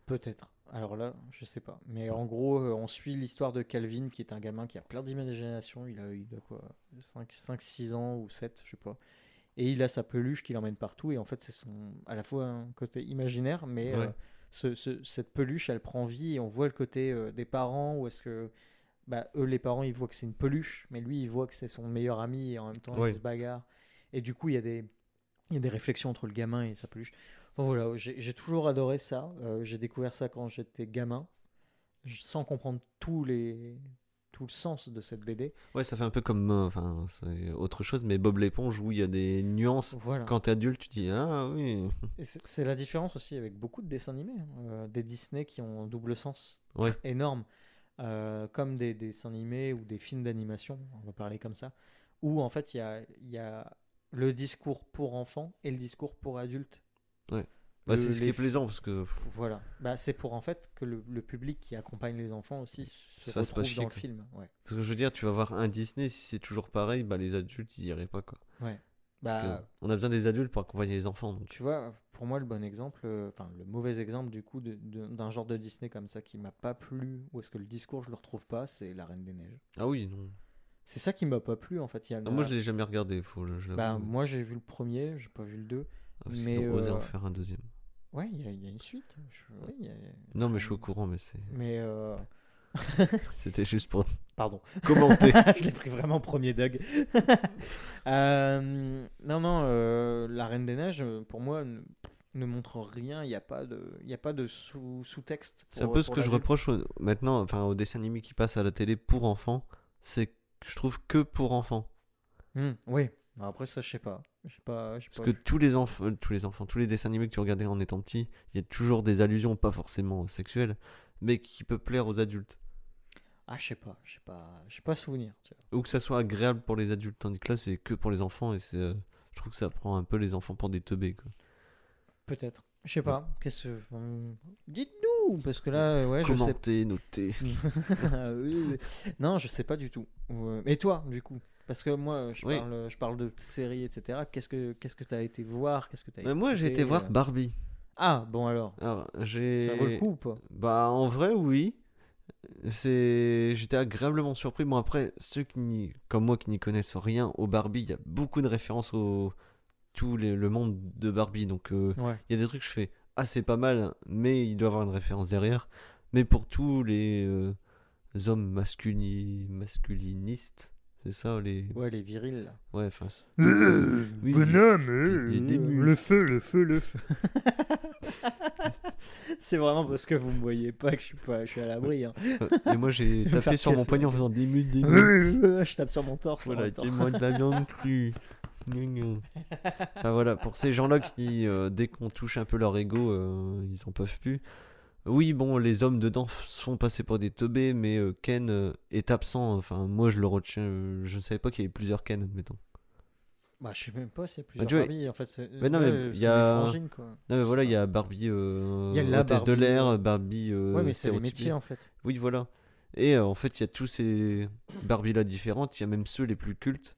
Peut-être. Alors là, je sais pas. Mais en gros, euh, on suit l'histoire de Calvin, qui est un gamin qui a plein d'imagination. Il a eu de quoi 5, 6 ans ou 7, je sais pas. Et il a sa peluche qui l'emmène partout. Et en fait, c'est son à la fois un côté imaginaire, mais Ouais. euh, ce- ce- cette peluche, elle prend vie. Et on voit le côté euh, des parents, où est-ce que bah, eux, les parents, ils voient que c'est une peluche, mais lui, il voit que c'est son meilleur ami. Et en même temps, Ouais. ils se bagarrent. Et du coup, il y a des, il y a des réflexions entre le gamin et sa peluche. Enfin, voilà, j'ai j'ai toujours adoré ça. Euh, j'ai découvert ça quand j'étais gamin, je- sans comprendre tous les, tout le sens de cette BD. Ouais, ça fait un peu comme. euh, Enfin, c'est autre chose, mais Bob l'éponge, où il y a des nuances. Voilà. Quand t'es adulte, tu dis Ah oui. Et C'est c'est la différence aussi avec beaucoup de dessins animés, hein. Euh, des Disney qui ont un double sens Ouais. énorme, euh, comme des, des dessins animés ou des films d'animation, on va parler comme ça, où en fait il y a, il y a le discours pour enfants et le discours pour adultes. Bah, Le- c'est ce qui les est plaisant, parce que. pff, Voilà, bah, c'est pour en fait que le, le public qui accompagne les enfants aussi se Se fasse pas retrouve chier, dans le quoi. film. Ouais. Parce que je veux dire, tu vas voir un Disney, si c'est toujours pareil, bah les adultes, ils y iraient pas quoi. Parce que Bah, on a besoin des adultes pour accompagner les enfants. donc. Tu vois, pour moi, le bon exemple, euh, enfin le mauvais exemple du coup de- de- d'un genre de Disney comme ça qui m'a pas plu, ou est-ce que le discours je le retrouve pas, c'est La Reine des Neiges. Ah oui, non. C'est ça qui m'a pas plu en fait. Il y en a- Non, Ah, moi, je l'ai jamais regardé, faut je, je l'avoue. bah, moi j'ai vu le premier, j'ai pas vu le deux. Ah, parce qu'ils mais, ont osé en euh, faire un deuxième. Ouais, il y, a- il y a une suite. Je- oui, il y a- Non, mais je suis euh, au courant, <laughs> mais c'est... Mais euh, c'était juste pour pardon, <laughs> commenter. je l'ai pris vraiment premier Doug. <laughs> Euh, non, non, euh, La Reine des Neiges, euh, pour moi, ne, ne montre rien. Il n'y a pas de, il y a pas de sous- sous-texte. C'est un pour- euh, peu ce pour que je l'adulte. reproche au- maintenant, enfin, aux dessins animés qui passent à la télé pour enfants, c'est que je trouve que pour enfants. Hmm, oui. Bah, Après ça, je sais pas. Je sais pas. j'ai Parce pas que vu. tous les enfants, tous les enfants, tous les dessins animés que tu regardais en étant petit, il y a toujours des allusions, pas forcément sexuelles, mais qui peut plaire aux adultes. Ah, je sais pas. Je sais pas. Je sais pas souvenir. tu vois. ou que ça soit agréable pour les adultes, tandis que là c'est que pour les enfants et c'est, euh, je trouve que ça prend un peu les enfants pour des teubés. Quoi. Peut-être. Je sais pas. Qu'est-ce que hum, dites-nous parce que là, euh, ouais, je sais. Commenter, noter. Ah, <laughs> oui, oui. non, je sais pas du tout. Ou, euh, Et toi, du coup Parce que moi, euh, je Oui. parle, euh, je parle de séries, etc. Qu'est-ce que qu'est-ce que t'as été voir Qu'est-ce que t'as Bah, moi j'ai écouté, été voir euh, Barbie. Ah bon alors. Alors Ça vaut le j'ai. coup ou pas Bah en vrai oui. C'est... J'étais agréablement surpris. Bon après ceux qui n'y- comme moi qui n'y connaissent rien au Barbie, il y a beaucoup de références au tout les- le monde de Barbie. Donc euh, Ouais. Il y a des trucs que je fais, ah c'est pas mal, mais il doit avoir une référence derrière. Mais pour tous les euh, hommes masculi- masculinistes, c'est ça les... Ouais, les virils. <laughs> là. Ouais, <laughs> enfin... c'est- Oui, Oui, bonhomme, il y a euh, des mules. le feu, le feu, le feu. c'est vraiment parce que vous me voyez pas que je suis pas, je suis à l'abri. <laughs> hein. euh, <laughs> Et moi j'ai Me tapé faire sur mon casser. poignet en faisant des <laughs> mules, des mules. je tape sur mon torse. en Voilà, même temps. moi de la <laughs> viande crue. Gnou, gnou. enfin voilà, pour ces gens-là qui, euh, dès qu'on touche un peu leur ego, euh, ils en peuvent plus. Oui, bon, les hommes dedans sont passés pour des teubés, mais euh, Ken euh, est absent. Enfin, moi, je le retiens. euh, je ne savais pas qu'il y avait plusieurs Ken, admettons. Bah, je sais même pas s'il y a plusieurs tu vois, familles. En fait, c'est mais non, mais ouais, il y c'est des a- frangines, quoi. Non, mais Je voilà, sais il y pas. a Barbie, euh, Il y a la hôtesse de Barbie, l'air, Barbie. euh, Ouais, mais c'est les stéréotypée. métiers hein. en fait. Oui, voilà. Et euh, en fait, il y a tous ces Barbies-là différentes. Il y a même ceux les plus cultes.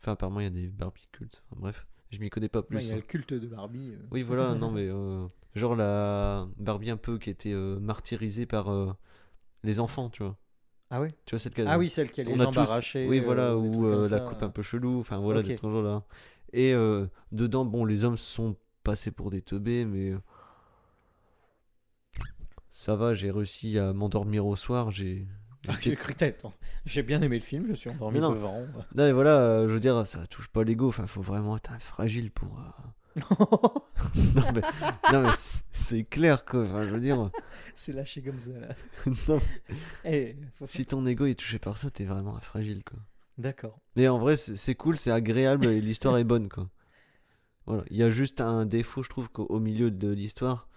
Enfin, apparemment, il y a des Barbies cultes. Enfin, bref, je m'y connais pas Ouais, plus. Il y a hein. le culte de Barbie. euh. Oui, voilà, non, mais euh, genre la Barbie un peu qui était euh, martyrisée par euh, les enfants, tu vois. Ah oui Tu vois cette case Ah oui, celle qui a les on a jambes tous- arrachées. Oui, euh, des voilà, trucs ou comme euh, la ça. hein. coupe un peu chelou, enfin voilà, Ok. des trucs genre là. Et euh, dedans, bon, les hommes sont passés pour des teubés, mais. euh, Ça va, j'ai réussi à m'endormir au soir, j'ai. Ah, j'étais- J'ai cru que t'allais- Attends, J'ai bien aimé le film, je suis endormi Mais non. devant. <laughs> Non, mais voilà, euh, je veux dire, ça touche pas l'ego, enfin, faut vraiment être un fragile pour. euh, <laughs> non, mais, non, mais c'est- c'est clair, quoi, enfin, je veux dire. <laughs> c'est lâché comme ça là. non, Eh, faut- Si ton ego est touché par ça, t'es vraiment un fragile, quoi. D'accord. Mais en vrai, c'est c'est cool, c'est agréable et l'histoire est bonne, quoi. Voilà. Il y a juste un défaut, je trouve, qu'au au milieu de l'histoire,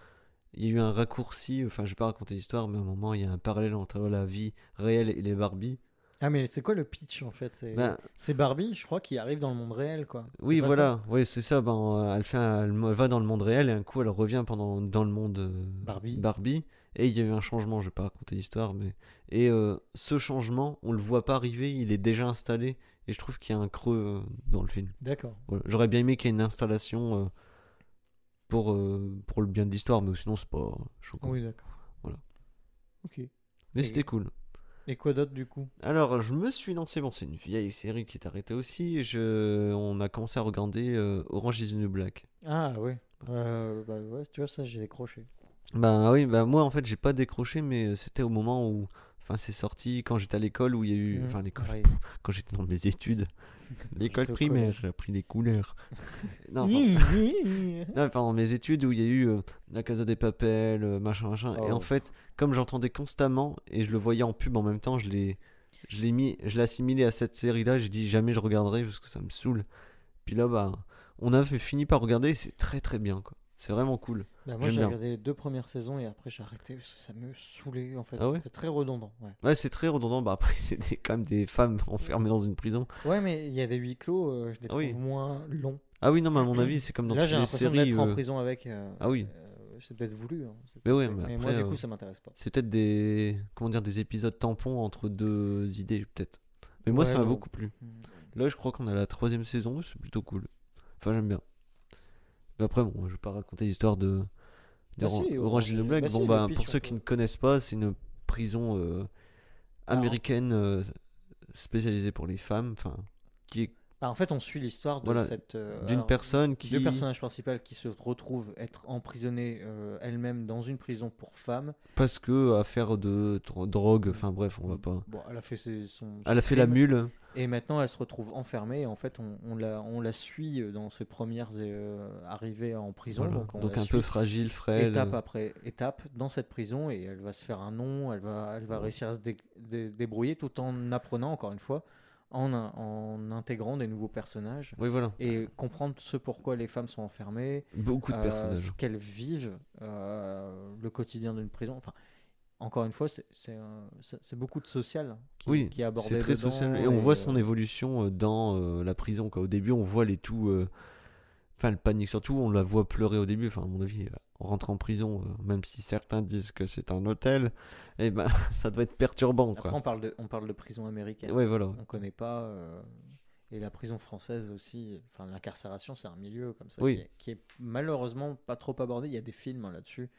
il y a eu un raccourci. Enfin, je vais pas raconter l'histoire, mais à un moment, il y a un parallèle entre la vie réelle et les Barbie. Ah, mais c'est quoi le pitch en fait C'est Ben, c'est Barbie, je crois, qui arrive dans le monde réel quoi. C'est oui, pas ça voilà. Oui, c'est ça. Ben, elle, fait un- elle mo- va dans le monde réel et un coup, elle revient pendant, dans le monde euh, Barbie. Et il y a eu un changement, je vais pas raconter l'histoire, mais. Et euh, ce changement, on le voit pas arriver, il est déjà installé. Et je trouve qu'il y a un creux euh, dans le film. D'accord. Voilà. J'aurais bien aimé qu'il y ait une installation euh, pour, euh, pour le bien de l'histoire, mais sinon c'est pas choquant. Oui, d'accord. Voilà. Ok. Mais Et- c'était cool. Et quoi d'autre du coup Alors je me suis lancé, bon c'est une vieille série qui est arrêtée aussi, je... on a commencé à regarder euh, Orange is the New Black. Ah, ouais. Euh, bah, ouais, tu vois, ça j'ai décroché. Bah oui, bah moi en fait j'ai pas décroché, mais euh, c'était au moment où... Enfin c'est sorti quand j'étais à l'école où il y a eu... Mhm. Enfin l'école, Pareil. quand j'étais dans mes études. <laughs> L'école J'étais au primaire, collège. j'ai appris les couleurs. <laughs> non, enfin, Hi, <laughs> hi, hi. Non, pendant mes études où il y a eu euh, la Casa des Papels, euh, machin, machin. Et en Oh. fait, comme j'entendais constamment et je le voyais en pub en même temps, je l'ai, je l'ai mis, je l'ai assimilé à cette série-là. J'ai dit jamais je regarderai parce que ça me saoule. Puis là, bah, on a fait- fini par regarder. et C'est très très bien, quoi. C'est vraiment cool. Bah, moi J'aime j'ai bien. regardé les deux premières saisons et après j'ai arrêté parce que ça me saoulait en fait. Ah ouais c'est très redondant. Ouais, Ouais, c'est très redondant. Bah après, <laughs> c'est des- quand même des femmes <laughs> enfermées dans une prison. ouais mais il y a des huis clos, euh, je les Ah trouve oui. moins longs. Ah oui, non, mais à mon avis, c'est comme dans Là toutes j'ai les l'impression d'être séries. en euh, prison avec. euh, Ah oui. euh, c'est peut-être voulu. hein, c'est Mais ouais, peut-être- mais après, moi du euh, coup ça m'intéresse pas. c'est peut-être des, comment dire, des épisodes tampons entre deux idées, peut-être. Mais moi, Ouais, ça m'a non. beaucoup plu. Là, je crois qu'on a la troisième saison, c'est plutôt cool. Enfin, j'aime bien. Mais après, bon, je vais pas raconter l'histoire de, de Bah si, Oran- Orange Orange is is the the- Black. bah si, bon, le bah, pitch, pour on ceux peut- Ah. qui ne connaissent pas, c'est une prison euh, Alors. américaine euh, spécialisée pour les femmes, enfin, qui est Ah, en fait on suit l'histoire de Voilà, cette. euh, d'une alors, personne qui. Deux personnages principales qui se retrouvent être emprisonnées euh, elles-mêmes dans une prison pour femmes. Parce que affaire de dro- drogue, enfin, bref, on va pas. Bon, elle a fait ses- son. Elle son a fait la crime. mule. Et maintenant, elle se retrouve enfermée. Et en fait, on, on la, on la suit euh, dans ses premières euh, arrivées en prison. voilà. Donc, on Donc, la un peu suit fragile, frêle. étape après étape dans cette prison. Et elle va se faire un nom. Elle va, elle va réussir à se dé- dé- débrouiller tout en apprenant, encore une fois, en, in- en intégrant des nouveaux personnages. Oui, voilà. Et comprendre ce pourquoi les femmes sont enfermées, Beaucoup de euh, personnages. ce qu'elles vivent, euh, le quotidien d'une prison. Enfin, encore une fois, c'est- c'est un- c'est c'est beaucoup de social qui, oui, qui est abordé. C'est très dedans, social. Et on voit euh, son évolution euh, dans euh, la prison. Quoi. Au début, on voit les tout. euh, Enfin, le panique surtout, on la voit pleurer au début. Enfin, à mon avis, euh, on rentre en prison, euh, même si certains disent que c'est un hôtel, <laughs> et ben, ça doit être perturbant. Après, Quoi. on parle, de, on parle de prison américaine. Ouais, voilà. On connaît pas. euh, et la prison française aussi. Enfin, l'incarcération, c'est un milieu comme ça Oui. qui, est, qui est malheureusement pas trop abordé. Il y a des films hein, là-dessus.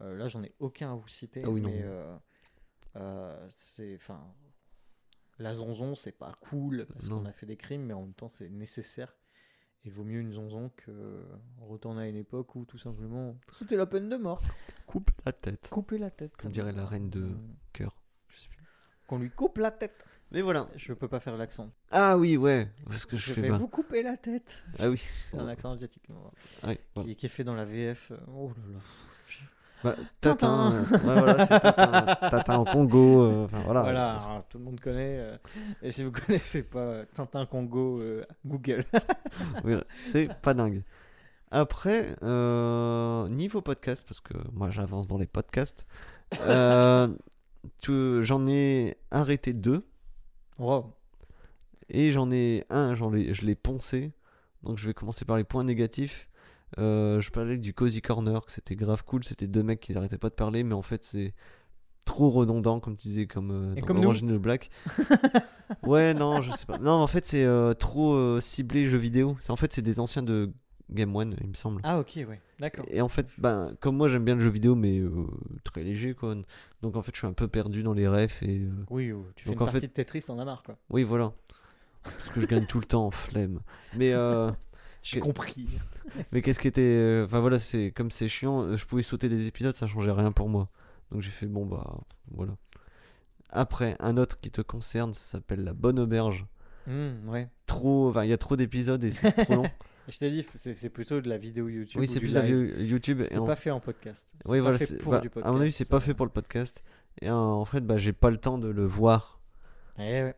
Euh, là, j'en ai aucun à vous citer. Ah oui, non. mais euh, euh, c'est. Enfin. La zonzon, c'est pas cool parce Non. qu'on a fait des crimes, mais en même temps, c'est nécessaire. Il vaut mieux une zonzon que retourner à une époque où tout simplement c'était la peine de mort. Coupe la tête, Couper la tête. Comme dirait la reine de- Euh, cœur. Je sais plus. Qu'on lui coupe la tête. Mais voilà. Je peux pas faire l'accent. Ah oui, ouais. Parce que je, Je fais vais pas. vous couper la tête. Ah oui. C'est un accent asiatique. non, hein, Ouais, voilà. Qui, qui est fait dans la VF. Oh là là. Bah, Tintin. Tintin. euh, ouais, voilà, <laughs> c'est Tintin. Tintin au Congo. euh, Enfin, voilà. voilà, hein, tout le monde connaît. euh, et si vous <laughs> connaissez pas euh, Tintin Congo, euh, Google. <laughs> Oui, c'est pas dingue. Après, euh, niveau podcast, parce que moi j'avance dans les podcasts, <laughs> euh, tu- j'en ai arrêté deux Wow. et j'en ai un, j'en ai- je l'ai poncé. Donc je vais commencer par les points négatifs. Euh, je parlais du Cozy Corner, que c'était grave cool, c'était deux mecs qui n'arrêtaient pas de parler, mais en fait c'est trop redondant, comme tu disais, comme, euh, Et dans comme Orange is the <laughs> New Black. ouais, non, je sais pas. Non, en fait c'est euh, trop euh, ciblé jeux vidéo. C'est- En fait c'est des anciens de Game One, il me semble. Ah, ok, oui. D'accord. Et en fait, ben, comme moi j'aime bien le jeu vidéo, mais euh, très léger quoi. Donc en fait, je suis un peu perdu dans les refs et euh, Oui, ou tu fais Donc, une en partie fait- de Tetris, on a marre, quoi. oui, voilà. Parce que je gagne tout le temps en flemme. <laughs> Mais euh, J'ai Et- compris. mais qu'est-ce qui était euh, Enfin voilà, c'est comme c'est chiant, euh, je pouvais sauter des épisodes, ça changeait rien pour moi. Donc j'ai fait bon bah voilà. Après, un autre qui te concerne, ça s'appelle La Bonne Auberge. Hmm, ouais. Trop, enfin il y a trop d'épisodes et c'est <laughs> trop long. Et Je t'ai dit, c'est c'est plutôt de la vidéo YouTube. oui, ou c'est du plus la live. vidéo YouTube. et C'est en pas fait en podcast. C'est Oui, pas voilà. fait c'est- pour bah, du podcast. euh. à mon avis, c'est pas fait pour le podcast. Et euh, en fait, bah, j'ai pas le temps de le voir. Eh ouais.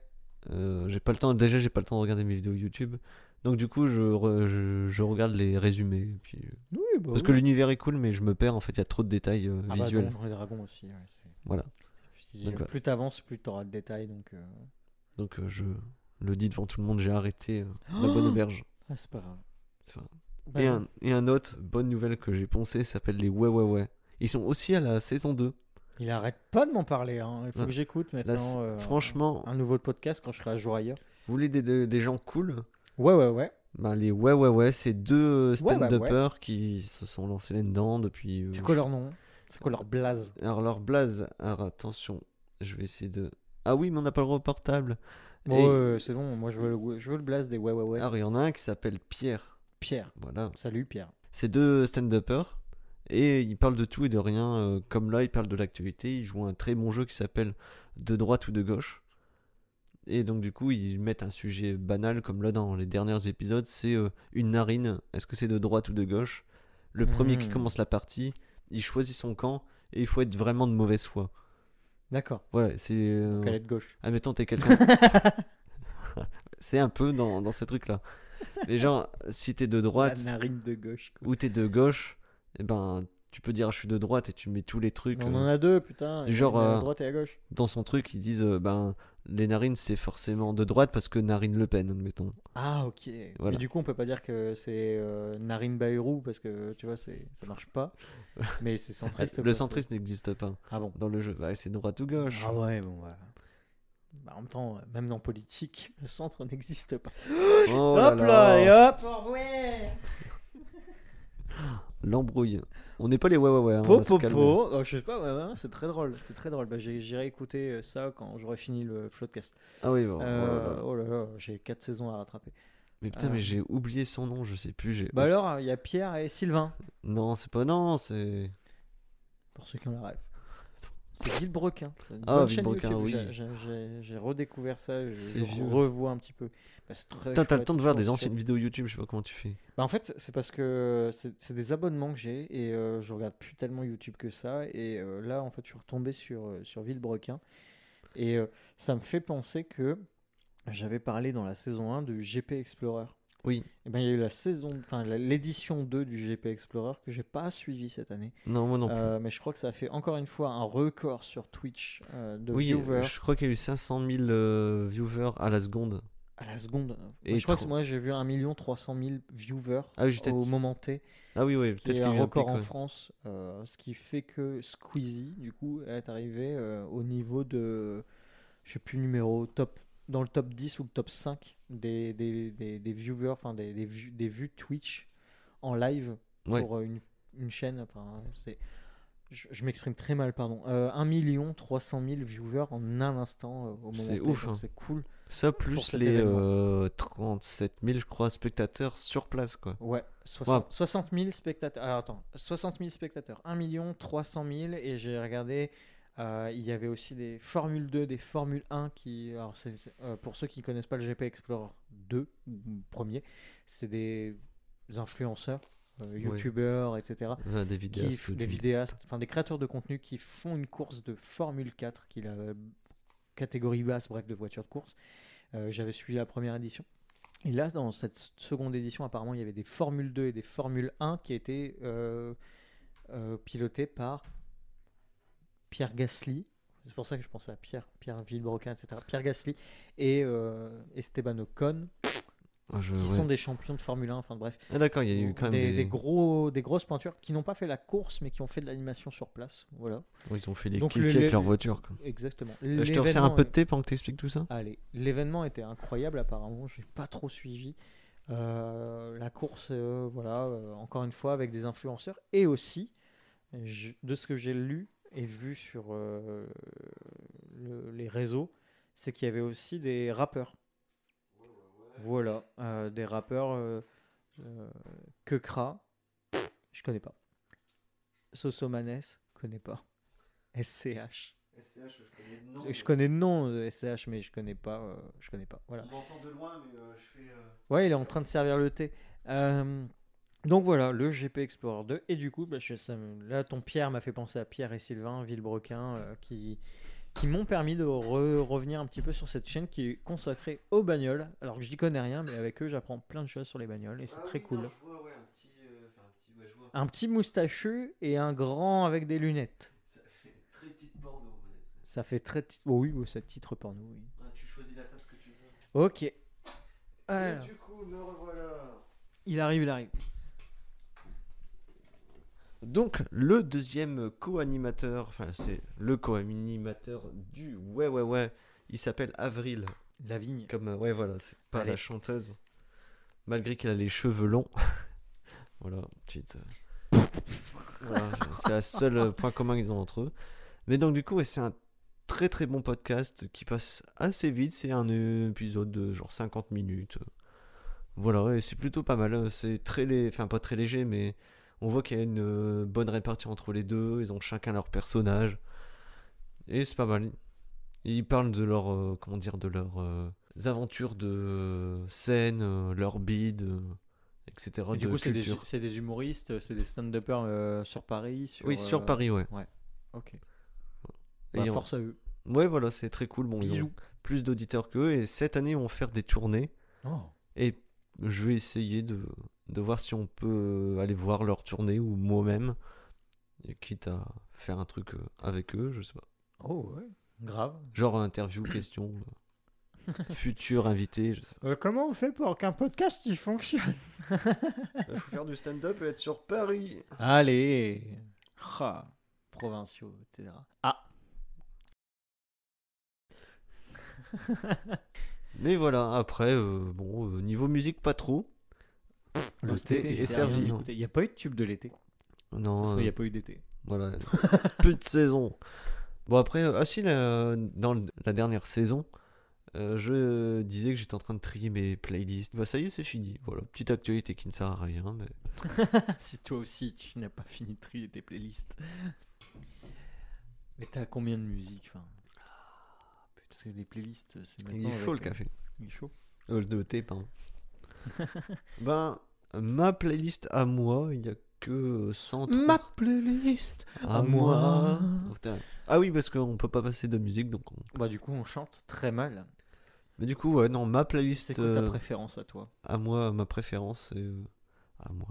Euh, j'ai pas le temps. Déjà, j'ai pas le temps de regarder mes vidéos YouTube. Donc, du coup, je, re- je, je regarde les résumés. et puis, euh, Oui, bah Parce oui. que l'univers est cool, mais je me perds. En fait, il y a trop de détails euh, Ah bah, visuels. Donjons et Dragons aussi. ouais, c'est- Voilà. Puis, Donc, euh, voilà. Plus t'avances, plus t'auras de détails. Donc, euh, Donc, euh, je le dis devant tout le monde. J'ai arrêté euh, la bonne auberge. ah, c'est pas grave. C'est pas grave. Bah, Et, un, et un autre bonne nouvelle que j'ai poncé s'appelle les Ouais Ouais Ouais. Ils sont aussi à la saison 2. Il arrête pas de m'en parler. hein. Il faut Non. que j'écoute Là, maintenant. c'est- euh, franchement, Un nouveau podcast quand je serai à jour ailleurs. vous voulez des- des, des gens cool Ouais, ouais, ouais. Ben, les ouais ouais ouais, c'est deux euh, Ouais, bah, ouais, ouais. stand-uppers qui se sont lancés là-dedans depuis. euh, C'est quoi leur nom C'est quoi leur blaze je- Alors leur blaze, alors attention, je vais essayer de. Ah oui, mais on n'a pas le droit au portable. Bon, euh, c'est bon, moi je veux, le, je veux le blaze des ouais, ouais, ouais. Alors il y en a un qui s'appelle Pierre. Pierre. Voilà, Salut Pierre. c'est deux stand-uppers et ils parlent de tout et de rien. euh, Comme là, ils parlent de l'actualité. Ils jouent un très bon jeu qui s'appelle De droite ou de gauche. Et donc du coup, ils mettent un sujet banal comme là dans les derniers épisodes, c'est euh, une narine. Est-ce que c'est de droite ou de gauche Le premier qui Mhm. commence la partie, il choisit son camp et il faut être vraiment de mauvaise foi. D'accord. Voilà, c'est. euh, Donc elle est de gauche. Admettons, t'es <laughs> quelqu'un. <laughs> c'est un peu dans, dans ce truc-là. Les gens, si t'es de droite, La narine de gauche. quoi. ou t'es de gauche, eh ben, tu peux dire je suis de droite et tu mets tous les trucs Mais on euh, en a deux, putain. du il y genre, en a À euh, droite et à gauche. dans son truc. Ils disent euh, ben les narines c'est forcément de droite parce que Narine Le Pen, admettons. Ah, ok. Voilà. Mais du coup, on peut pas dire que c'est euh, narine Bayrou parce que tu vois, c'est ça marche <laughs> pas. Mais c'est centriste. quoi, le c'est- centriste n'existe pas Ah bon. dans le jeu. Ouais, c'est droite ou gauche. Ah ouais, bon, voilà. Bah, en même temps, même dans politique, <laughs> le centre n'existe pas. Oh hop là, là allez là. hop, au revoir. L'embrouille. On n'est pas les ouais ouais ouais. hein, on Po, va se po, calmer. po. Oh, je sais pas, ouais, ouais, c'est très drôle, c'est très drôle. Bah, j'ai- J'irai écouter euh, ça quand j'aurai fini le floodcast. Ah oui. bon, oh là Euh, là. oh là là, j'ai 4 saisons à rattraper. Mais putain, euh. mais j'ai oublié son nom. Je sais plus. J'ai. Bah alors, il y a Pierre et Sylvain, Non, c'est pas non, c'est. pour ceux qui ont la rêve. C'est Villebrequin. une Ah, bonne chaîne Villebrequin, YouTube. oui. J'ai- j'ai- J'ai j'ai redécouvert ça, je, C'est je vieux. revois un petit peu. Bah, c'est très Putain, t'as le chouette, temps de voir je des pense que c'est- anciennes vidéos YouTube. Je sais pas comment tu fais. Bah, en fait, c'est parce que c'est c'est des abonnements que j'ai et euh, je regarde plus tellement YouTube que ça. Et euh, là, en fait, je suis retombé sur, euh, sur Villebrequin. Et euh, ça me fait penser que j'avais parlé dans la saison 1 du GP Explorer. Oui. Et ben, il y a eu la saison, enfin la- l'édition 2 du GP Explorer que j'ai pas suivi cette année. Non, moi non plus. Euh, mais je crois que ça a fait encore une fois un record sur Twitch euh, de oui, viewers je crois qu'il y a eu 500 000 euh, viewers à la seconde. à la seconde. Et je crois trop- que moi j'ai vu 1 300 000 viewers Ah oui, j'ai peut-être- au moment T. Ah oui, oui, ce qui peut-être est qu'il y a un eu un pic, record en ouais. France, euh, ce qui fait que Squeezie, du coup, est arrivé euh, au niveau de, je sais plus numéro, top, dans le top 10 ou le top 5 des, des, des, des viewers, enfin des, des, vues, des vues Twitch en live Ouais. pour euh, une, une chaîne. Enfin, c'est, je, je m'exprime très mal, pardon. Euh, 1 million 300 000 viewers en un instant euh, au moment C'est T, ouf, donc hein. c'est cool. Ça, plus cet les événement. euh, 37 000, je crois, spectateurs sur place, quoi. Ouais, 60, Ouais. 60 000 spectateurs. Alors attends, 60 000 spectateurs, 1 million 300 000 et j'ai regardé, euh, il y avait aussi des Formule 2, des Formule 1 qui, alors c'est- c'est, euh, pour ceux qui connaissent pas le GP Explorer 2 ou premier, c'est des influenceurs, euh, youtubeurs, etc. Ouais, des qui vidéastes. f- du- des vidéastes, enfin des créateurs de contenu qui font une course de Formule 4, qui est la euh, catégorie basse, bref, de voiture de course. Euh, J'avais suivi la première édition. Et là, dans cette seconde édition, apparemment, il y avait des Formule 2 et des Formule 1 qui étaient euh, euh, pilotées par Pierre Gasly. C'est pour ça que je pensais à Pierre, Pierre Villebroquin, etc. Pierre Gasly et euh, Esteban Ocon, Ah, je- qui ouais. sont des champions de Formule 1. Enfin bref, Ah, d'accord, il y a eu quand même des, des. des gros, des grosses pointures qui n'ont pas fait la course, mais qui ont fait de l'animation sur place. Voilà, Ils ont fait des Donc, cliquets le- avec leur le- voiture. quoi. exactement. Euh, Je te resserre un peu de L'événement thé pendant que t'expliques tout ça Allez, l'événement était incroyable apparemment, j'ai pas trop suivi. Euh, la course, euh, voilà, euh, encore une fois avec des influenceurs et aussi, je- de ce que j'ai lu et vu sur euh, le- les réseaux, c'est qu'il y avait aussi des rappeurs. Voilà, euh, des rappeurs euh, euh, Kekra, je connais pas. Sosomanes, connais pas. SCH. Je connais le nom de SCH, mais je connais pas. euh, je connais pas. Voilà. m'entend de loin, mais euh, je fais. Ouais, il est en train de servir le thé. Euh, donc voilà, le GP Explorer 2. Et du coup, bah, je- ça me- là, ton Pierre m'a fait penser à Pierre et Sylvain Villebrequin euh, qui, qui m'ont permis de re- revenir un petit peu sur cette chaîne qui est consacrée aux bagnoles. Alors que j'y connais rien, mais avec eux, j'apprends plein de choses sur les bagnoles et c'est très cool. Ah Je vois, ouais, un petit. euh, un petit. je vois. Un petit moustachu et un grand avec des lunettes. Ça fait très petite porno. Ça fait très. ti- Oh oui, oui, ça titre porno. Oui. tu choisis la tasse que tu veux. Ok. Alors. du coup, me revoilà. Il arrive, il arrive. Donc, le deuxième co-animateur, enfin, c'est le co-animateur du Ouais, ouais, ouais. Il s'appelle Avril. La vigne. Comme, euh, ouais, voilà, c'est pas Allez. la chanteuse. Malgré qu'elle a les cheveux longs. <laughs> voilà, petite. euh, voilà, c'est le seul euh, point commun qu'ils ont entre eux. Mais donc, du coup, ouais, c'est un très très bon podcast qui passe assez vite. C'est un épisode de genre 50 minutes. Voilà, et c'est plutôt pas mal. Euh, C'est très léger, enfin, pas très léger, mais on voit qu'il y a une euh, bonne répartition entre les deux. Ils ont chacun leur personnage. Et c'est pas mal. Ils parlent de leur, euh, comment dire, de leurs euh, aventures de euh, scène, euh, leur bide, euh, etc. Et du de coup, c'est des, culture. c'est des humoristes, c'est des stand-uppers euh, sur Paris. Sur, Oui, sur euh, Paris, ouais. Ok. Et Bah, on- force à eux. Ouais, voilà, c'est très cool. Bon, ils ont Bisous. plus d'auditeurs qu'eux. Et cette année, ils vont faire des tournées. Oh. Et je vais essayer de, de voir si on peut euh, aller voir leur tournée ou moi-même. Et Quitte à faire un truc euh, avec eux, je sais pas. Oh, ouais. Grave. Genre <coughs> interview, question, euh, futur invité. Je sais Euh, comment on fait pour qu'un podcast il fonctionne pas. faut faire du stand-up et être sur Paris. Allez. Ah, Provinciaux, etc. Ah. Mais voilà, après, euh, bon, euh, niveau musique, pas trop. Le thé est servi. Il n'y a pas eu de tube de l'été. Parce Non, qu'il n'y euh, a pas eu d'été. <laughs> voilà. Peu de saison. Bon, après, euh, ah si, la- dans le- la dernière saison, euh, je disais que j'étais en train de trier mes playlists. Bah, ça y est, c'est fini. Voilà, petite actualité qui ne sert à rien. Mais... si toi aussi, tu n'as pas fini de trier tes playlists. Mais t'as combien de musique enfin Parce que les playlists, c'est Il maintenant. est chaud le avec, euh, café. Il est chaud. Euh, le <laughs> thé, pardon. ben, ma playlist à moi, il n'y a que 100 playlist à à moi. moi. Oh, putain. Ah oui, parce qu'on peut pas passer de musique, donc. on- Bah, du coup, on chante très mal. Mais du coup, ouais, non, ma playlist C'est quoi ta euh, préférence à toi à moi, ma préférence, c'est euh, à moi.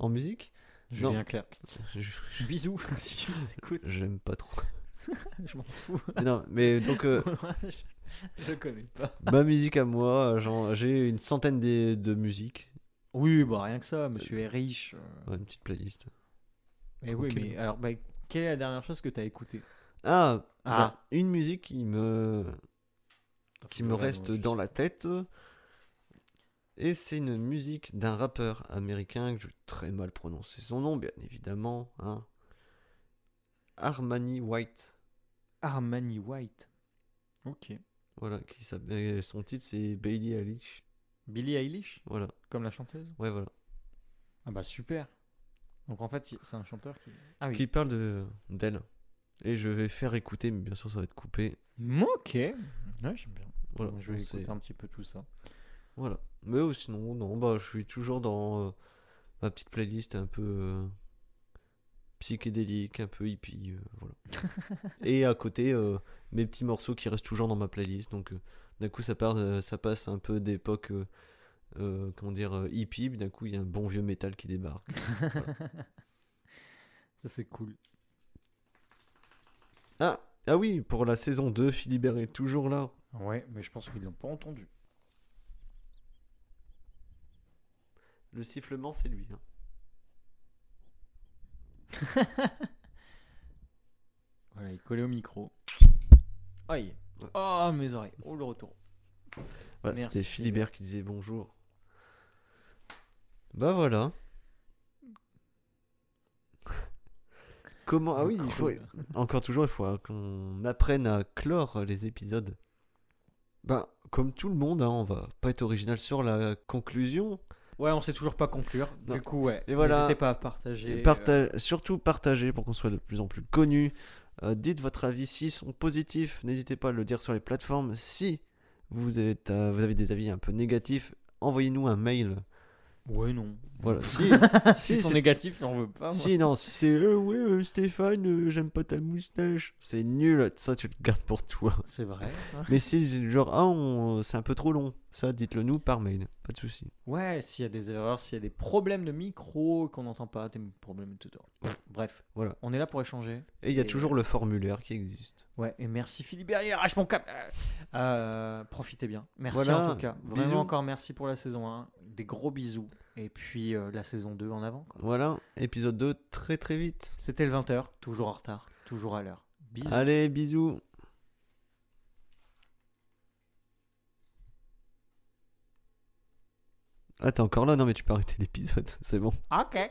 En musique, Julien Clerc. je- Bisous, <laughs> si tu nous écoutes. j'aime pas trop. <laughs> Je m'en fous. Mais non, mais donc euh, <laughs> je, je connais pas. ma musique à moi, genre, j'ai une centaine des- de, musiques, Oui, bah, rien que ça, monsieur est riche. euh. Ouais, une petite playlist. Mais oui, tranquille. mais alors, bah, quelle est la dernière chose que t'as écoutée Ah, Ah. bah, une musique qui me qui me reste dans la tête. Et c'est une musique d'un rappeur américain que je vais très mal prononcer son nom, bien évidemment. hein. Armani White. Armani White. Ok. Voilà, qui s'appelle- son titre c'est Bailey Eilish. Billie Eilish, Voilà, comme la chanteuse ouais, voilà. Ah bah super. Donc en fait, il- c'est un chanteur qui... Ah oui. Qui parle de d'elle. Et je vais faire écouter, mais bien sûr ça va être coupé. Ok. Ouais, j'aime bien. Voilà, je vais c'est- écouter un petit peu tout ça. Voilà. Mais euh, sinon, non, bah, je suis toujours dans euh, ma petite playlist un peu euh, psychédélique, un peu hippie, euh, <laughs> voilà. Et à côté, euh, mes petits morceaux qui restent toujours dans ma playlist. Donc, euh, d'un coup, ça, part, euh, ça passe un peu d'époque euh, euh, comment dire, euh, hippie, puis d'un coup il y a un bon vieux métal qui débarque. Ça, c'est cool. Ah, ah oui, pour la saison 2, Philibert est toujours là. Ouais, mais je pense qu'ils l'ont pas entendu. Le sifflement, c'est lui. hein. Voilà, il est collé au micro. Aïe. Ouais. Oh, mes oreilles. Oh, le retour. Voilà, Merci, c'était Philibert qui disait bonjour. Bah voilà. Comment Ah oui, il faut Incroyable. encore toujours il faut hein, qu'on apprenne à clore les épisodes. Ben comme tout le monde, hein, on va pas être original sur la conclusion. Ouais, on sait toujours pas conclure. Non. Du coup, ouais. Et voilà. N'hésitez pas à partager. euh, Parta- Surtout partagez pour qu'on soit de plus en plus connus. Euh, dites votre avis s'ils sont positifs. N'hésitez pas à le dire sur les plateformes. Si vous, êtes, euh, vous avez des avis un peu négatifs, envoyez-nous un mail. euh, Ouais, non. Voilà. Si, Si, <laughs> si, ils sont c'est- négatifs, on veut pas. moi. si, non, si c'est euh, ouais, euh, Stéphane, euh, j'aime pas ta moustache. C'est nul, ça tu le gardes pour toi. <laughs> C'est vrai. Mais si, c'est genre, ah, on- c'est un peu trop long, ça dites-le nous par mail, pas de souci. Ouais, s'il y a des erreurs, s'il y a des problèmes de micro qu'on n'entend pas, des problèmes de tout. Bref, Voilà. on est là pour échanger. Et il y a Et- toujours le formulaire qui existe. Ouais, et merci Philibert, il arrache mon câble. Euh, profitez bien. Merci Voilà, en tout cas. Vraiment bisous. encore merci pour la saison 1. Des gros bisous. Et puis euh, la saison 2 en avant. quoi. Voilà, épisode 2 très très vite. C'était le 20h, toujours en retard, toujours à l'heure. Bisous. Allez, bisous. Ah, t'es encore là Non, mais tu peux arrêter l'épisode, <laughs> c'est bon. Ok.